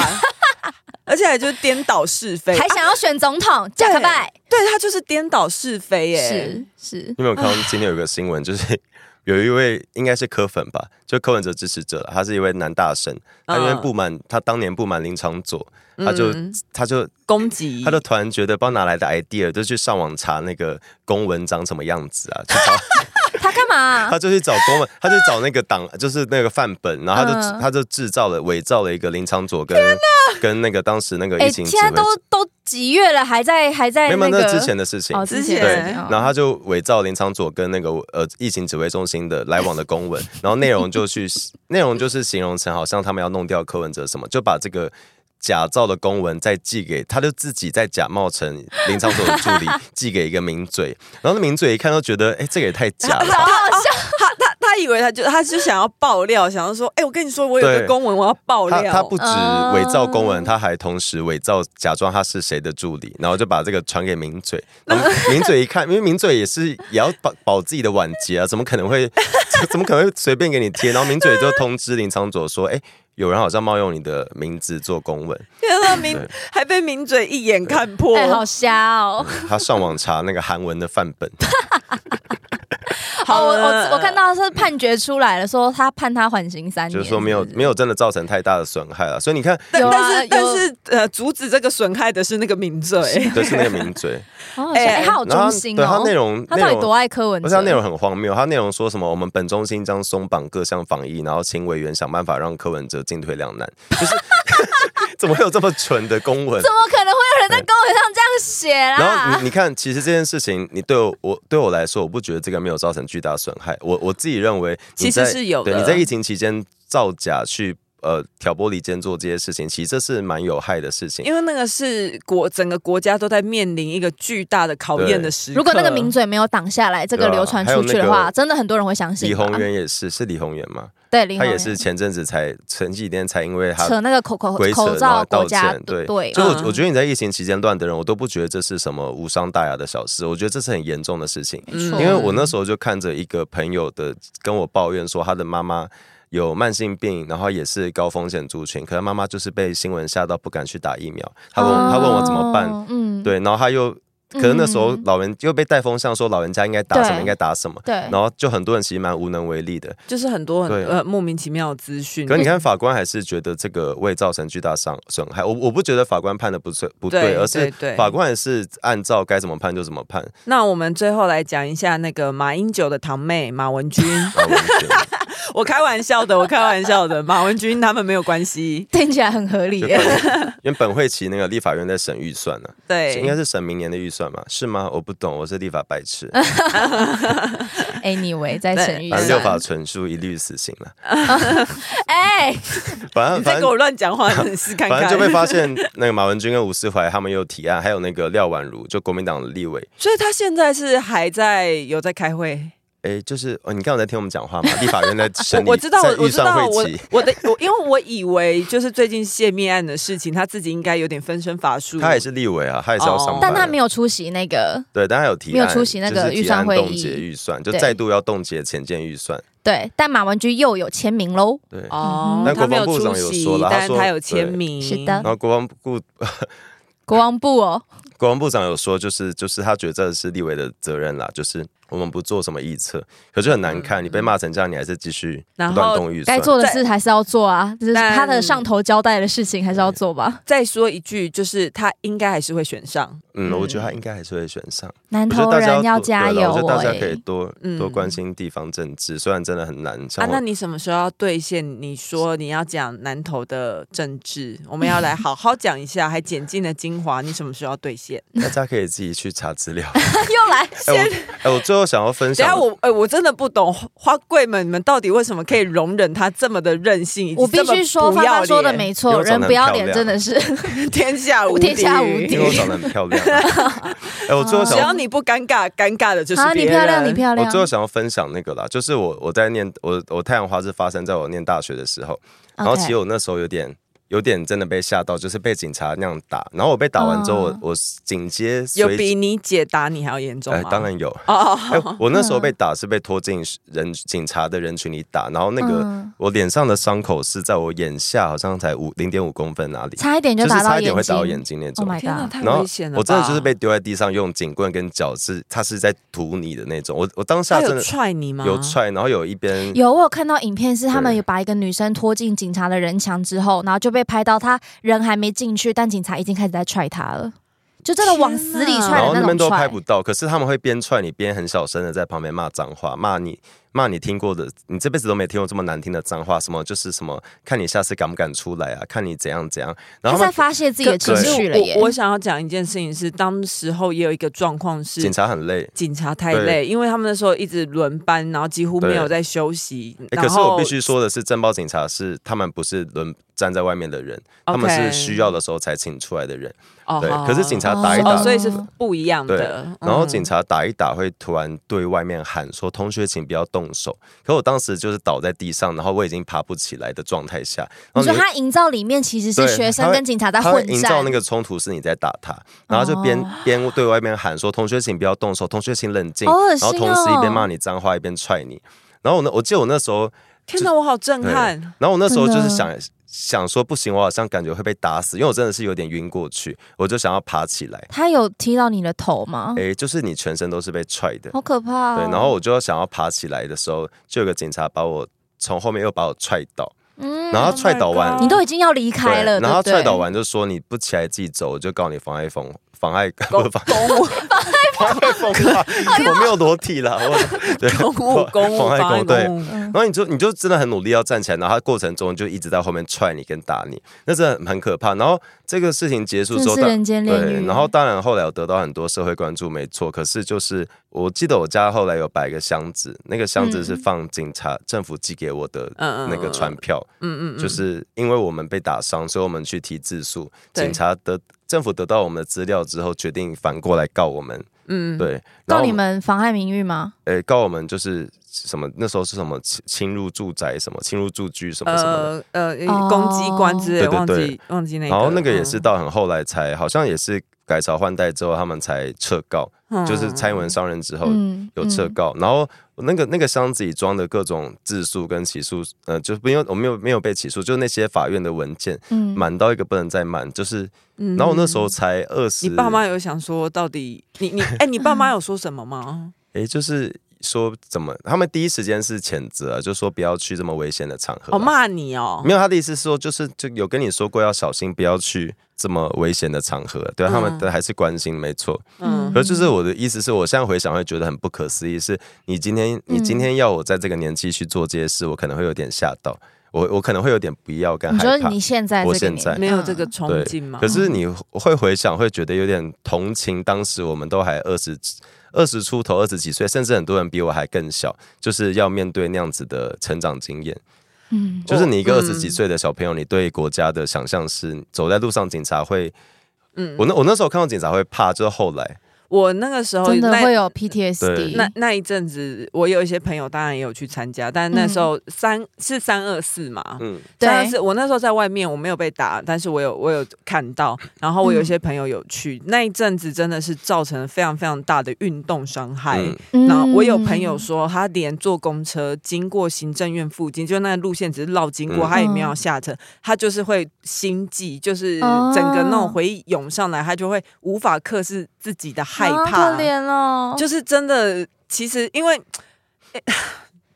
S1: 而且还就是颠倒是非，
S3: 还
S1: 啊
S3: 想要选总统，加个拜，
S1: 对他就是颠倒是非欸耶、
S3: 是是，
S2: 你有没有看到今天有个新闻， 就是有一位应该是柯粉吧，就柯文哲支持者啦，他是一位男大生，他因为
S3: 嗯
S2: 不满、他当年不满林长佐，他就、
S1: 嗯
S2: 他就
S1: 攻击，
S2: 他就突然觉得不知道哪来的 idea，就去上网查那个公文长什么样子啊，去找
S3: 他干嘛、啊
S2: 他就去找公文，他就找那个档，就是那个范本，然后他就、
S3: 嗯
S2: 他就制造了伪造了一个林长佐跟跟那个当时那个
S3: 哎、
S2: 疫情指
S3: 现在
S2: 挥
S3: 都
S2: 者，
S3: 都几月了，还在还在
S2: 没有
S3: 那
S2: 没有
S3: 个
S2: 那之前的事情，
S3: 哦，
S1: 之
S3: 之
S1: 前
S3: 前
S2: 对
S3: 哦
S2: 然后他就伪造林长佐跟那个呃疫情指挥中心的来往的公文， 然后内容就去内容就是形容成好像他们要弄掉柯文哲什么，就把这个假造的公文再寄给，他就自己再假冒成林长佐的助理寄给一个名嘴，然后那名嘴一看都觉得，哎，这个也太假 了吧。
S1: 好笑。哦他他他以为他就他就想要爆料，想要说，哎、我跟你说，我有个
S2: 对
S1: 公文，我要爆
S2: 他
S1: 料。
S2: 他不止
S3: 哦
S2: 伪造公文，他还同时伪造假装他是谁的助理，然后就把这个传给名嘴。然 后名嘴一看，因为名嘴也是也要保保自己的晚节啊，怎么可能会 怎么可能会随便给你贴？然后名嘴就通知林长佐说：“哎、有人好像冒用你的名字做公文，
S1: 天啊，名还被名嘴一眼看破。
S3: 哎、好瞎 哦！
S2: 他上网查那个韩文的范本，
S3: 哦，
S2: 啊
S3: 我
S1: 了
S3: 我我看到是判决出来了，说他判他缓刑三年，
S2: 就是说没有
S3: 是不是
S2: 没有真的造成太大的损害了。所以你看，
S1: 但
S3: 有啊
S1: 但是
S3: 有
S1: 但是呃，阻止这个损害的是那个名嘴。
S2: 就是那个名嘴，
S3: 好好笑
S1: 哎
S3: 哎、他好
S2: 然后他
S3: 忠心
S2: 对他
S3: 哦。
S2: 内容
S3: 他
S2: 内
S3: 到
S2: 容
S3: 底多爱柯文
S2: 不
S3: 哲？
S2: 是，它内容很荒谬。它内容说什么？我们本中心将松绑各项防疫，然后请委员想办法让柯文哲进退两难。 就是 怎么会有这么蠢的公文
S3: 怎？
S1: 啊
S3: 么可能会有人在公文上这样写
S2: 然后
S3: 啦
S2: 你？你看，其实这件事情，你对我我对我来说，我不觉得这个没有造成巨大损害。我我自己认为你在，
S1: 其实是有的
S2: 对，你在疫情期间造假去呃挑拨离间做这些事情，其实这是蛮有害的事情。
S1: 因为那个是国整个国家都在面临一个巨大的考验的时刻。
S3: 如果那个名嘴没有挡下来，这个
S2: 呃对啊
S3: 流传出去的
S2: 还有那
S3: 话，
S2: 个
S3: 真的很多人会相信
S2: 李
S3: 吧。
S2: 宏源也是，是李宏源吗？
S3: 对，林
S2: 他
S3: 宏
S2: 也
S3: 源
S2: 是前阵子才前几天才因为他
S3: 扯那个口口
S2: 鬼扯
S3: 口
S2: 然后
S3: 罩
S2: 道
S3: 国家
S2: 歉，对
S3: 对哦
S2: 所以我，
S1: 嗯
S2: 我觉得你在疫情期间乱的人，我都不觉得这是什么无伤大雅的小事，我觉得这是很严重的事情。
S3: 没
S1: 嗯
S3: 错
S2: 因为我那时候就看着一个朋友的跟我抱怨说，他的妈妈有慢性病，然后也是高风险族群，可他妈妈就是被新闻吓到不敢去打疫苗。他问、他问我怎么办，
S3: 哦，嗯，
S2: 对，然后他又可是那时候
S3: 嗯
S2: 老人又被带风向，说老人家应该打什么
S3: 对
S2: 应该打什么，
S3: 对，
S2: 然后就很多人其实蛮无能为力的。
S1: 就是很多很
S2: 对啊
S1: 呃莫名其妙的资讯。
S2: 可你看，法官还是觉得这个未造成巨大伤损害。我我不觉得法官判的不是不对，
S1: 对
S2: 而是
S1: 对对
S2: 法官也是按照该怎么判就怎么判。
S1: 那我们最后来讲一下那个马英九的堂妹马文君，
S2: 啊我们觉得
S1: 我开玩笑的，我开玩笑的，马文君他们没有关系。
S3: 听起来很合理
S2: 就
S3: 耶。
S2: 本因为本会期那个立法院在审预算呢、
S1: 对，
S2: 应该是审明年的预算嘛？是吗？我不懂，我是立法白痴。
S1: 嗯
S3: Anyway，在
S1: 对
S3: 沈玉
S2: 反正
S1: 预算
S2: 六法纯属一律死刑了。
S3: 哎，
S2: 反 正
S1: 你再
S2: 反
S1: 给
S2: 正
S1: 我乱讲话，真的是看
S2: 反
S1: 看
S2: 正就。被发现，那个马文君跟吴思怀他们有提案，还有那个廖婉如，就国民党的立委。
S1: 所以他现在是还在有在开会，
S2: 哎，就是哦，你刚刚有在听我们讲话吗？立法院在审
S1: 我
S2: 理，
S1: 我知道，
S2: 在
S1: 我
S2: 预
S1: 知
S2: 算
S1: 道，
S2: 会
S1: 我
S2: 期。
S1: 我的我，因为我以为就是最近泄密案的事情，他自己应该有点分身乏术。
S2: 他也是立委啊，他也是要上班、
S1: 哦
S3: 但他没有出席那个，
S2: 对，但他有提案，
S3: 没有出席那个
S2: 就是提案
S3: 预算会议
S2: 冻结预算就
S3: 对
S2: 再度要冻结前建预算。
S3: 对，但马文君又有签名喽。
S2: 对，
S1: 哦，
S2: 但
S1: 他
S2: 国
S1: 没有
S2: 防部
S1: 出
S2: 长有
S1: 席，
S2: 说了他
S1: 但
S2: 说
S1: 他有签名。
S3: 嗯是的
S2: 然后国防部
S3: 国王部哦，
S2: 国防部长有说，就是就是他觉得这是立委的责任啦，就是我们不做什么臆测，可是很难看，你被骂成这样，你还是继续
S1: 然
S2: 不
S1: 后
S2: 断动 预算
S3: 嗯该。做的事还是要做啊，就是
S1: 但
S3: 他的上头交代的事情还是要做吧。
S1: 再说一句，就是他应该还是会选上。
S2: 嗯，
S1: 嗯
S2: 我觉得他应该还是会选上。
S3: 南
S2: 我觉
S3: 投
S2: 得大家
S3: 人要
S2: 多
S3: 加
S2: 对啦
S3: 油
S2: 我觉得大家可以
S3: 哎！
S2: 多
S1: 嗯
S2: 多关心地方政治，虽然真的很难。
S1: 啊
S2: 像，
S1: 那
S2: 我，
S1: 你什么时候要兑现？你说你要讲南投的政治，我们要来好好讲一下，还剪尽了精华。你什么时候要兑现？
S2: 大家可以自己去查 资料。
S3: 又来，
S2: 哎，我哎，我最后想要分
S1: 等一
S2: 享
S1: 下
S2: 的，
S1: 我哎、我真的不懂花贵们，你们到底为什么可以容忍他这么的任性？以及
S3: 我必
S1: 这么
S3: 须说，
S1: 不
S3: 芳
S1: 要
S3: 芳说的
S1: 脸
S3: 没
S2: 因为
S3: 错，
S2: 我长
S3: 人
S2: 得
S3: 不要
S2: 很漂
S3: 脸真的是
S1: 天下无
S3: 天 下无敌
S2: 因为我长得很漂亮。哎，我最后
S1: 只
S2: 想要
S1: 要你不尴尬，尴尬的就是
S3: 啊！
S1: 别
S3: 你
S1: 人。
S3: 漂亮，你漂
S2: 我
S3: 亮
S2: 最。后想要分享那个啦，就是我我在念我我太阳花是发生在我念大学的时候，然后
S3: OK
S2: 其实我那时候有点有点真的被吓到，就是被警察那样打，然后我被打完之后，
S3: 嗯
S2: 我我紧接随
S1: 有比你姐打你还要严重
S2: 哎
S1: 吗？
S2: 当然有，
S1: 哦，
S2: 哎、我那
S3: 嗯
S2: 时候被打是被拖进人警察的人群里打，然后那个、
S3: 嗯
S2: 我脸上的伤口是在我眼下好像才五零点五公分那里，
S3: 差一点
S2: 就
S3: 就是打到
S2: 差一
S3: 眼
S2: 点会打到眼睛
S3: 睛。
S2: 那
S3: Oh
S2: 种。
S3: my
S1: 天哪，
S3: god！
S1: 太
S2: 然后
S1: 危险了吧！
S2: 我真的就是被丢在地上，用警棍跟脚是，他是在涂你的那种。我我当
S1: 他
S2: 下真
S1: 有
S2: 的
S1: 踹你吗？
S2: 有。踹，然后有一边
S3: 有，我有看到影片，是他们
S2: 嗯对
S3: 有把一个女生拖进警察的人墙之后，然后就被拍到，她人还没进去，但警察已经开始在踹她了，就真的往死里
S1: 天哪
S3: 踹
S2: 然后
S3: 的
S2: 那边都
S3: 种
S2: 拍
S3: 踹。
S2: 不到，可是他们会边踹你边很小声的在旁边骂脏话，骂你骂你听过的，你这辈子都没听过这么难听的脏话，什么就是什么，看你下次敢不敢出来啊，看你怎样怎样。然
S3: 她
S2: 后
S3: 在
S2: 他们
S3: 发泄自己的情
S1: 可是
S3: 绪了耶
S1: 我！我想要讲一件事情是，当时候也有一个状况是
S2: 警。察很累，
S1: 警察太累，因为他们那时候一直轮班，然后几乎没有
S2: 对
S1: 在休息。
S2: 诶
S1: 然
S2: 可
S1: 后
S2: 是我必须说的是，镇暴警察是他们不是轮站在外面的人，他们
S1: OK
S2: 是需要的时候才请出来的人。
S1: 哦，
S2: 对
S1: 好，
S2: 可是警察打一
S1: 哦，
S2: 打
S1: 所以是不一样的。嗯
S2: 然
S3: 嗯
S2: 后警
S1: 察
S2: 察打一打，会突然对外面喊说：“同学，请不要动手。”可我当时就是倒在地上，然后我已经爬不起来的状态下，然后
S3: 你说
S2: 会
S3: 他营造里面其实是
S2: 对
S3: 学
S2: 他
S3: 生
S2: 会
S3: 跟警察在
S2: 他会
S3: 混
S2: 营造
S3: 战
S2: 那，个冲突是你在打他，然后就边、
S3: 哦
S2: 边对外面喊说：“同学，请不要动手，同学，请冷静。
S3: 好恶
S2: 然
S3: 心
S2: 后
S3: 哦！
S2: 同时一边骂你脏话，一边踹你。然后我那我记得我那时候，
S1: 天哪，我好震
S2: 对
S1: 撼！
S2: 然后我那时候就是
S3: 真的
S2: 想想说不行，我好像感觉会被打死，因为我真的是有点晕过去，我就想要爬起来。
S3: 他有踢到你的头吗？
S2: 诶，就是你全身都是被踹的，
S3: 好可怕、哦！
S2: 对。然后我就想要爬起来的时候，就有个警察把我从后面又把我踹倒，
S3: 嗯
S2: 然后
S1: Oh
S2: 他踹
S1: my
S2: 倒完
S1: God
S3: 你都已经要离开了，
S2: 然后
S3: 对不
S2: 踹
S3: 对
S2: 倒完就说你不起来自己走，我就告你妨碍风妨碍
S1: 公
S2: 不是妨
S1: 公务
S2: 妨碍风 化，我没有裸体啦， 我对
S1: 公务公务妨
S2: 妨碍
S1: 碍
S2: 公对
S1: 公务，
S2: 然后你就你就真的很努力要站起来，然后他过程中就一直在后面踹你跟打你，那真的很可怕。然后这个事情结束
S3: 真
S2: 之后，
S3: 是
S2: 当
S3: 人间炼
S2: 对，
S3: 狱。
S2: 然后当然后来有得到很多社会关注，没错。可是就是我记得我家后来有摆一个箱子，那个箱子是放警察、政府寄给我的
S1: 嗯嗯嗯
S2: 那个传票，
S1: 嗯嗯嗯，
S2: 就是因为我们被打伤，所以我们去提自诉。
S1: 对
S2: 警察得政府得到我们的资料之后，决定反过来告我们。
S1: 嗯，
S2: 对，然
S3: 告
S2: 后
S3: 你们妨碍名誉吗？
S2: 呃、告我们就是什么？那时候是什么侵侵入住宅什么侵入住居什么什么的。
S1: 呃呃
S3: 哦
S1: 公机关之类，
S2: 对对
S1: 忘
S2: 对
S1: 记忘记那个，
S2: 然后那个也是
S1: 嗯
S2: 到很后来才，好像也是改朝换代之后，他们才撤告，
S1: 嗯
S2: 就是蔡英文上任之后
S3: 嗯，
S2: 有撤
S3: 嗯
S2: 告，然后那个那个箱子里装的各种自诉跟起诉，呃，就是不用我没有没有被起诉，就那些法院的文件
S3: 嗯
S2: 满到一个不能再满，就是，
S1: 嗯
S2: 然后我那时候才二十，
S1: 你爸妈有想说到底你 你哎、你爸妈有说什么吗？
S2: 诶，就是说怎么，他们第一时间是谴责、啊，就说不要去这么危险的场合、
S1: 哦，骂你哦，
S2: 啊没有，他的意思是说，就是就有跟你说过要小心，不要去这么危险的场合。对、啊
S1: 嗯
S2: 他们的还是关心，没错。
S1: 嗯
S3: 嗯
S2: 可是就是我的意思是我现在回想会觉得很不可思议，是你今天你今天要我在这个年纪去做这些事，我可能会有点吓到，我我可能会有点不要跟
S3: 你
S2: 害
S3: 说
S2: 怕。
S3: 你现在
S2: 我
S3: 这个
S2: 现在
S3: 年
S1: 没有这个
S3: 嗯
S1: 憧
S2: 对
S1: 憬吗？
S2: 可是你会回想，会觉得有点同情，当时我们都还二十二十出头、二十几岁，甚至很多人比我还更小，就是要面对那样子的成长经验。
S3: 嗯
S2: 就是你一个
S1: 哦
S2: 二十几岁的小朋友，你对国家的想象是走在路上，警察会，
S1: 嗯，
S2: 我那我那时候看到警察会怕，就是后来
S1: 我那个时候
S3: 真的
S1: 哦那
S3: 会有
S2: 对
S3: PTSD。
S1: 那那一阵子，我有一些朋友当然也有去参加，但那时候三、是三二四嘛，
S2: 嗯，
S1: 三二
S3: 对
S1: 四，我那时候在外面，我没有被打，但是我有我有看到，然后我
S3: 嗯
S1: 有一些朋友有去，那一阵子真的是造成了非常非常大的运动伤害。
S2: 嗯
S3: 嗯
S1: 然后我有朋
S2: 啊
S1: 友说，他连坐公车经过行政院附近，就那路线只是绕经过，
S2: 嗯
S1: 他也没有下车，他就是会心悸，就是
S3: 哦
S1: 整个那种回忆涌上来，他就会无法克制自己的害
S3: 啊
S1: 怕，
S3: 可怜哦，
S1: 就是真的。其实因为，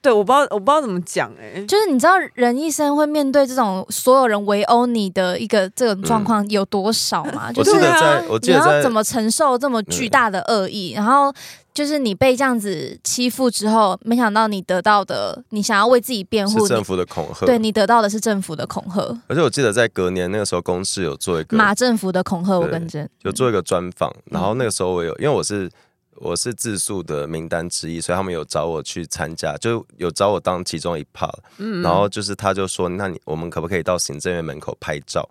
S1: 对，我不知道我不知道怎么讲哎、
S3: 就是你知道人一生会面对这种所有人围殴你的一个这种状况有多少吗？就
S2: 嗯我
S3: 是
S2: 记得
S1: 对啊
S2: 在，我记
S3: 你
S2: 得
S3: 要怎
S2: 在，
S3: 么承受这么巨大的恶意？然后就是你被这样子欺负之后，没想到你得到的，你想要为自己辩护，
S2: 是政
S3: 你
S2: 府的恐吓，
S3: 对你得到的是政府的恐吓，
S2: 而且我记得在隔年那个时候，公视有做一个
S3: 马嗯政府的恐吓。我
S2: 对
S3: 跟真
S2: 有做一个专访，然后那个时候我有，因为我是我是自诉的名单之一，所以他们有找我去参加，就有找我当其中一 part，
S1: 嗯，
S2: 然后就是他就说，那你我们可不可以到行政院门口拍照，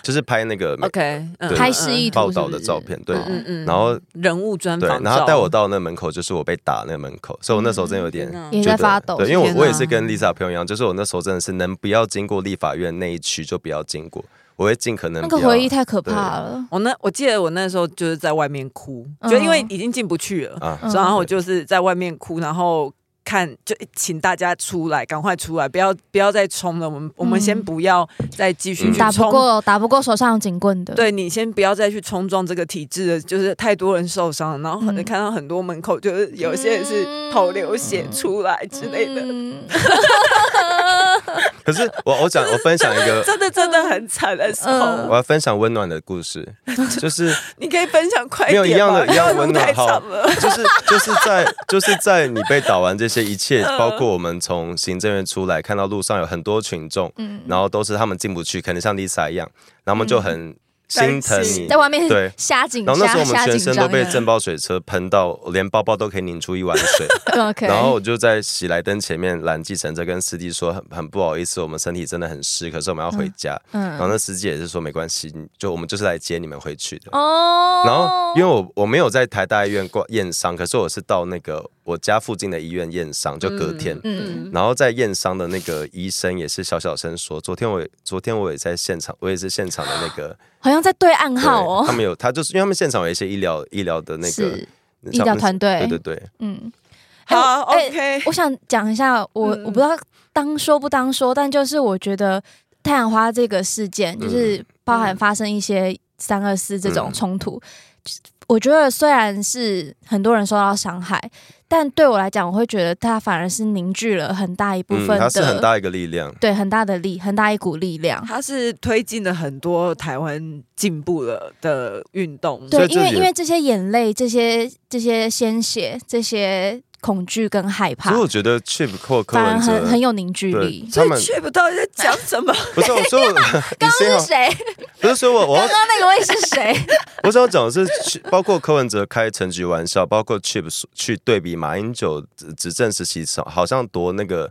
S2: 就是拍那个
S1: OK，嗯
S2: 对
S3: 拍示哦意图
S2: 报道
S3: 是不
S2: 的
S3: 是
S2: 照片，对，
S3: 嗯
S1: 嗯嗯，
S2: 然后
S1: 人物专
S2: 对，
S1: 访，
S2: 然后带我，到那门口，就是我被打那个门口，所以我那时候真的有点
S1: 天哪
S3: 也
S2: 觉
S3: 在
S2: 得，
S3: 发抖，
S2: 对，因
S1: 天
S2: 为我
S1: 哪
S2: 我也是跟 Lisa 朋友一样，就是我那时候真的是能不要经过立法院那一区就不要经过，我会尽可能
S3: 那
S2: 不
S3: 个
S2: 要
S3: 回忆太可怕了。
S1: 我那我记得我那时候就是在外面哭，
S3: 嗯
S1: 就因为已经进不去了，
S2: 啊，
S3: 嗯
S1: 然后我就是在外面哭，然后看就请大家出来，赶快出来，不要不要再冲了，我们我们先不要再继续
S2: 嗯
S1: 去
S3: 嗯打不
S1: 冲。
S3: 过，打不过手上有警棍的。
S1: 对你先不要再去冲撞这个体制了，就是太多人受伤，然后很
S3: 嗯
S1: 看到很多门口就是有些人是头流血
S2: 嗯
S1: 出来之类的，
S3: 嗯，
S2: 可是我我讲我分享一个，
S1: 真的真的很惨的时
S3: 嗯
S1: 候，
S2: 我要分享温暖的故事，就是
S1: 你可以分享快
S2: 没有一
S1: 点
S2: 样
S1: 吗？
S2: 的一样
S1: 要录
S2: 温暖
S1: 太
S2: 好
S1: 长了。
S2: 就是就是在就是在你被打完这些一切，包括我们从行政院出来，看到路上有很多群众，
S3: 嗯
S2: 然后都是他们进不去，可能像 Lisa 一样，然后他们就很心
S1: 担
S2: 疼
S1: 心
S2: 你
S3: 嗯在，外面
S2: 对
S3: 瞎紧
S2: 然后那
S3: 张，
S2: 时候我们
S3: 瞎
S2: 全
S3: 紧
S2: 身
S3: 张啊
S2: 都被
S3: 的
S2: 震爆水车喷到，连包包都可以拧出一碗水。
S3: OK，
S2: 然后我就在喜来登前面拦计程车，跟司机说很很不好意思，我们身体真的很湿，可是我们要回家。然后
S3: 嗯
S2: 那司机也是说没关系，就我们就是来接你们回去的。
S3: 哦，
S2: 然后，因为我我没有在台大医院挂验伤，可是我是到那个我家附近的医院验伤，就隔天。
S3: 嗯
S2: 然后在验伤的那个医生也是小小声说，昨天我也昨天我也在现场，我也是现场的那个，
S3: 好像在对暗
S2: 对
S3: 号哦
S2: 他，们有他就是因为他们现场有一些医疗医疗的那个
S3: 是医疗团队
S2: 对对对，
S3: 嗯，
S1: 好
S3: 哎
S1: ，OK，
S3: 我想讲一下，我
S1: 嗯
S3: 我不知道当说不当说，但就是我觉得太阳花这个事件，就是包含发生一些三二四这种
S2: 嗯嗯
S3: 冲突，我觉得虽然是很多人受到伤害，但对我来讲，我会觉得它反而是凝聚了很大一部
S2: 嗯，
S3: 分的，
S2: 它是很大一个力量。
S3: 对很大的力，很大一股力量。
S1: 它是推进了很多台湾进步了的运动，
S2: 所
S3: 对，
S2: 以
S3: 因
S2: 这
S3: 为
S2: 也
S3: 因为这些眼泪、这些这些鲜血、这些恐惧跟害怕
S2: 所以，我觉得 Chip 或柯
S3: 反而
S2: 文
S3: 很很
S2: 哲，
S3: 有凝聚
S2: 对
S3: 力。
S1: 所
S2: 他
S1: 以
S2: 们
S1: 去不到底在讲什 么？
S2: 不是我说 我，你
S3: 刚刚
S2: 先
S3: 是
S2: 好，哦
S3: 谁？
S2: 不是说我我要
S3: 刚刚那个位是谁？
S2: 我想讲的是去，包括柯文哲开陈局玩笑，包括 Chip 说去对比马英九执执政时期，好像多那个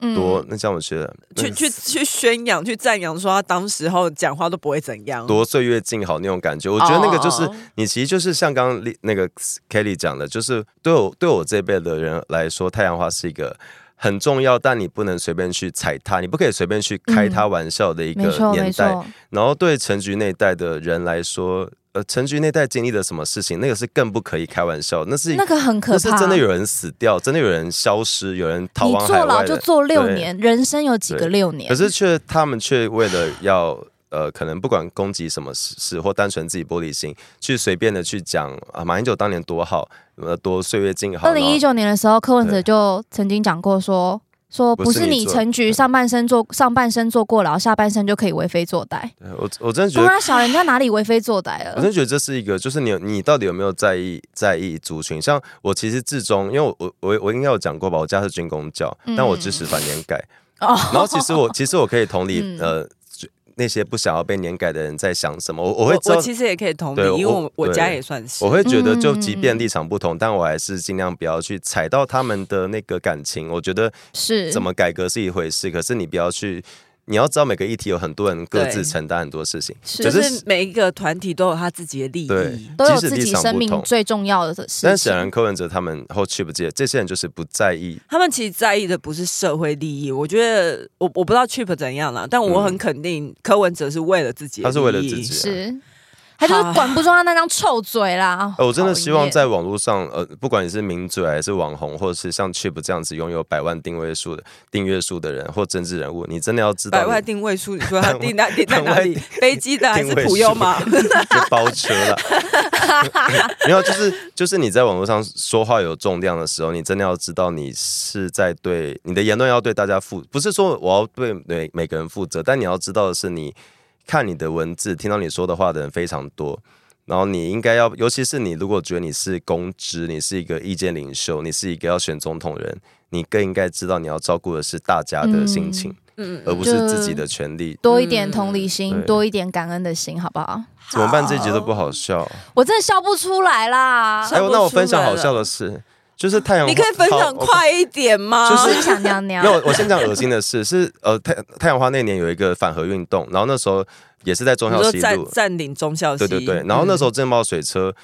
S3: 嗯
S2: 多、那叫我觉得
S1: 去去去宣扬、去赞扬，说他当时候讲话都不会怎样。
S2: 多岁月静好那种感觉。我觉得那个就是、
S1: 哦
S2: 你，其实就是像刚刚 Li- 那个 Kelly 讲的，就是对我对我这辈的人来说，太阳花是一个。很重要，但你不能随便去踩它，你不可以随便去开它玩笑的一
S3: 嗯没
S2: 个
S3: 错，没
S2: 年代。
S3: 错，
S2: 然后对陈局那一代的人来说，呃，陈局那一代经历了什么事情，那个是更不可以开玩笑，那是一
S3: 那个很可
S2: 可是
S3: 怕。
S2: 真的有人死掉，真的有人消失，有人逃
S3: 你
S2: 亡海
S3: 坐牢
S2: 外
S3: 就
S2: 的。
S3: 坐六
S2: 对
S3: 年，人生有几个
S2: 对
S3: 六年？
S2: 可是却他们却为了要呃，可能不管攻击什么事事，或单纯自己玻璃心，去随便的去讲啊，马英九当年多好，呃，多岁月静好。
S3: 二零一
S2: 然后
S3: 九年的时候，柯文哲
S2: 对
S3: 就曾经讲过说。说
S2: 不
S3: 不
S2: 是
S3: 是
S2: 你
S3: 你
S2: 做
S3: 陈局
S2: 对
S3: 上半身坐上半身坐过牢，下半身就可以为非作歹。
S2: 对我我真的觉
S3: 公
S2: 得。
S3: 他小人家哪里为非作歹
S2: 我真
S3: 了？
S2: 的觉得这是一个，就是你有你到底有没有在意在意族群？像我其实至终，因为我我我我应该有讲过吧，我家是军工教，
S1: 嗯
S2: 但我支持反年改。
S3: 哦，
S2: 然后其 实我其实我可以同理、
S3: 嗯
S2: 呃那些不想要被年改的人在想什么，我我会
S1: 我
S2: 知道
S1: 我其实也可以同理，
S2: 对我
S1: 因为我我
S2: 对
S1: 家也算是。
S2: 我会觉得，
S3: 嗯
S2: 就
S3: 嗯
S2: 即
S3: 嗯
S2: 便立场不同，但我还是尽量不要去踩到他们的那个感情。我觉得
S3: 是
S2: 怎么改革是一回事，可是你不要去，你要知道每个议题有很多人各
S1: 对
S2: 自承担很多事情，
S3: 是
S1: 就
S2: 可
S1: 是每一个团体都有他自己的利
S2: 对
S1: 益，
S3: 都有
S2: 即使
S3: 自己
S2: 立场
S3: 生
S2: 不
S3: 命
S2: 同
S3: 最重要的事情。
S2: 但显然柯文哲他们后去不接，这些人就是不在意。
S1: 他们其实在意的不是社会利益。我觉得我我不知道 Chip 怎样啦，但我很肯定柯文哲是为了自己的利益，
S2: 嗯他是为了自己
S3: 是，他就是管不住他那张臭嘴啦。
S2: 呃，我真的希望
S3: 哦讨
S2: 在网络上，呃，不管你是名嘴还是网红，或者是像 Chip 这样子拥有百万定位数的订阅数的人，或政治人物，你真的要知道
S1: 百
S2: 你
S1: 万定位数，你说他定在定在哪里
S2: 百？
S1: 飞机的还是
S2: 定位
S1: 普悠 玛？
S2: 就包 车了。没有，就是就是你在网络上说话有重量的时候，你真的要知道你是在对你的言论要对大家负，不是说我要对每每个人负责，但你要知道的是你，看你的文字，听到你说的话的人非常多。然后你应该要，尤其是你如果觉得你是公知，你是一个意见领袖，你是一个要选总统的人，你更应该知道你要照顾的是大家的心情，
S1: 嗯，
S2: 而不是自己的权利。
S3: 多一点同理心，
S2: 嗯对
S3: 多一点感恩的心，好不好？
S2: 怎么办？这一集都不好笑。
S3: 我真的笑不出来啦。
S1: 笑
S2: 哎呦，
S1: 不
S2: 那我
S1: 出
S2: 分享
S1: 来
S2: 好
S1: 了
S2: 笑的事，就是太阳花。
S1: 你可以分
S2: 好
S1: 享
S2: 我
S1: 快一点吗？
S2: 就
S3: 我
S2: 是
S3: 是想尿尿
S2: 没。有，我先讲恶心的事，是呃太太阳花那年有一个反核运动，然后那时候也是在中
S1: 你
S2: 校
S1: 说
S2: 西
S1: 占
S2: 路，
S1: 占领中校西，嗯
S2: 对对对，然后那时
S1: 候
S2: 候震爆水车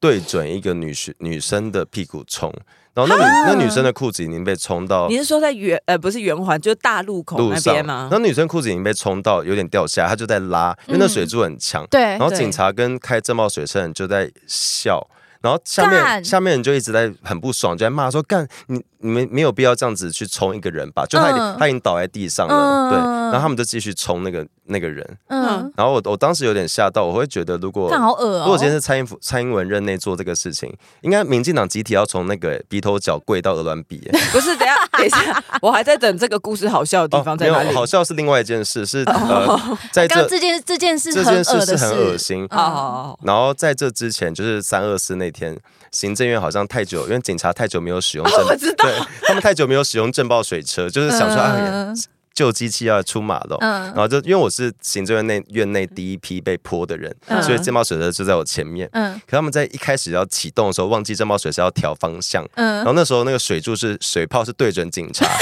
S2: 对准一个女学女生的屁股冲，然后那女那女生的裤子已经被冲到
S1: 你是说在圆呃不是圆环，就是大路口
S2: 路
S1: 那
S2: 上，
S1: 边
S2: 然
S1: 吗嗯
S2: 后？女生裤子已经被冲到有点掉下来，她就在拉，因为那水柱很强，
S3: 哎对
S2: 然，后
S1: 对
S2: 警察跟开震爆水车人就在笑，然后下
S3: 干
S2: 面下面人就一直在很不爽，就在骂说：“干你你们没有必要这样子去冲一个人吧？”就他已经、
S3: 嗯
S2: 他已经倒在地上了，
S3: 嗯
S2: 对，
S3: 嗯
S2: 然后他们就继续冲那个那个人。
S3: 嗯，
S2: 然后我我当时有点吓到，我会觉得如果
S3: 看好恶
S2: 如果今天是
S3: 哦。
S2: 蔡英文蔡英文任内做这个事情，应该民进党集体要从那个鼻头角跪到鹅卵鼻。哎
S1: 不是，等一下等一 下，我还在等这个故事好笑 的地方
S2: 哦没
S1: 在
S2: 有
S1: 哪里。
S2: 好像是另外一件事，是 呃，在
S3: 哦刚
S2: 这
S3: 刚这件这件事
S2: 这
S3: 很
S2: 件事
S3: 恶
S2: 是
S3: 的
S2: 很恶
S3: 事，
S2: 心，
S1: 哦哦，
S2: 然后在这之前，就是三二四那天，行政院好像太久，因为警察太久没有使用
S3: 哦
S2: 震，
S1: 我知道
S2: 对他们太久没有使用震爆水车， 就是想说、啊，
S3: 嗯
S2: 旧机器要出马了。然
S3: 嗯
S2: 后就因为我是行政院内院内第一批被泼的人，
S3: 嗯
S2: 所以震爆水车就在我前面。
S3: 嗯
S2: 可他们在一开始要启动的时候，忘记震爆水车要调方向，然
S3: 嗯，
S2: 后那时候那个水柱是水炮是对准警 察，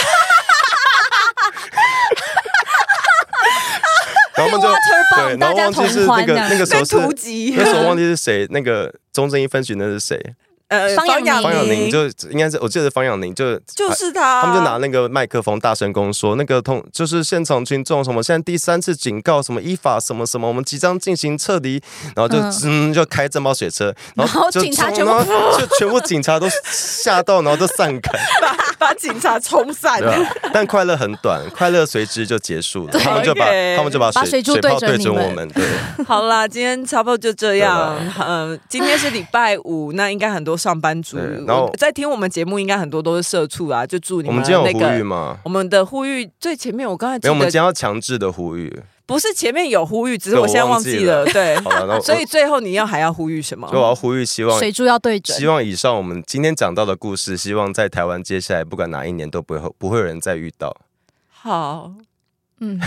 S2: 然后他们就
S3: Water bomb，
S2: 对，然后忘记是那
S3: 大家同欢啊这
S2: 个
S3: 样
S2: 那个时
S1: 被
S2: 候是
S1: 突击，
S2: 那时候忘记是谁，那个中正一分局那是谁？
S1: 呃，
S3: 方
S1: 方
S3: 养宁
S2: 方
S1: 养
S2: 养宁就应该是，我记得是方养宁就
S1: 就是啊他，
S2: 啊他们就拿那个麦克风大声公说，那个通就是现场群众什么，现在第三次警告什么依法什么什么，我们即将进行撤离，然后就嗯就开这包水车，
S3: 然后
S2: 就
S3: 警察
S2: 冲
S3: 全部
S2: 然后就全部警察都吓到，然后都散开，
S1: 把警察冲散
S2: 对。啊吧？但快乐很短，快乐随之就结束了。他们就把
S1: OK
S2: 他们就把
S3: 把水
S2: 水
S3: 柱
S2: 水炮
S3: 对准
S2: 对准
S3: 你们
S2: 我们，对，
S1: 好啦，今天差不多就这样
S2: 对。啊
S1: 嗯、今天是礼拜 五，那应该很多上班族
S2: 对然后
S1: 我在听我们节目，应该很多都是社畜啊。就祝你
S2: 我们今天有
S1: 那
S2: 呼吁
S1: 个。
S2: 吗？
S1: 我们的呼吁最前面，我刚才记
S2: 没有，我们
S1: 得
S2: 今天要强制的呼吁。
S1: 不是前面有呼吁，只是
S2: 对
S1: 我现在
S2: 我
S1: 忘
S2: 忘记
S1: 记了。对，
S2: 好了，那我
S1: 所以最后你要还要呼吁什么
S2: 所？以我要呼吁，希望
S3: 嗯水柱要对准
S2: 希。望以上我们今天讲到的故事，希望在台湾接下来不管哪一年都不会不会有人再遇到。
S1: 好
S3: 嗯，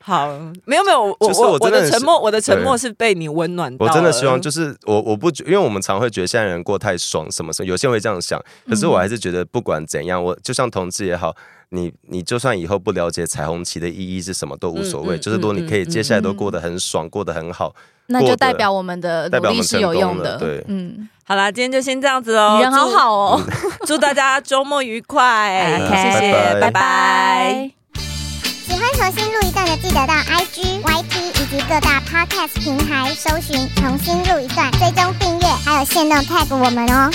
S1: 好，没有没有，我
S2: 就是
S1: 我
S2: 我真的
S1: 的
S2: 是
S1: 沉默，我的沉默
S2: 对
S1: 是被你温暖到
S2: 我
S1: 了。
S2: 真的希望，就是我我不觉，因为我们常会觉得现在人过太爽，什么什么，有些人会这样想。可是
S1: 嗯
S2: 我还是觉得，不管怎样，我就像同志也好，你你就算以后不了解彩虹旗的意义是什么都无所谓，
S1: 嗯嗯
S2: 就是如果你可以
S1: 嗯
S2: 接下来都过得很爽，过得很好，
S3: 那
S2: 过
S3: 就
S2: 得
S3: 代表我们的
S2: 代
S3: 努
S2: 表我
S3: 力
S2: 们
S3: 是
S2: 成
S3: 有
S2: 功
S3: 用
S2: 了
S3: 的。
S2: 对
S3: 嗯，
S1: 好啦，今天就先这样子
S3: 你
S1: 喽。
S3: 人好
S1: 祝
S3: 好哦。
S1: 祝大家周末愉 快
S3: 哎 OK，
S1: 谢谢，
S2: 哎拜
S1: 拜
S2: 拜
S1: 拜。
S4: 喜欢重新录一段的，记得到 IG、YT 以及各大 Podcast 平台搜寻“重新录一段”，追踪订阅，还有限定 tag 我们哦。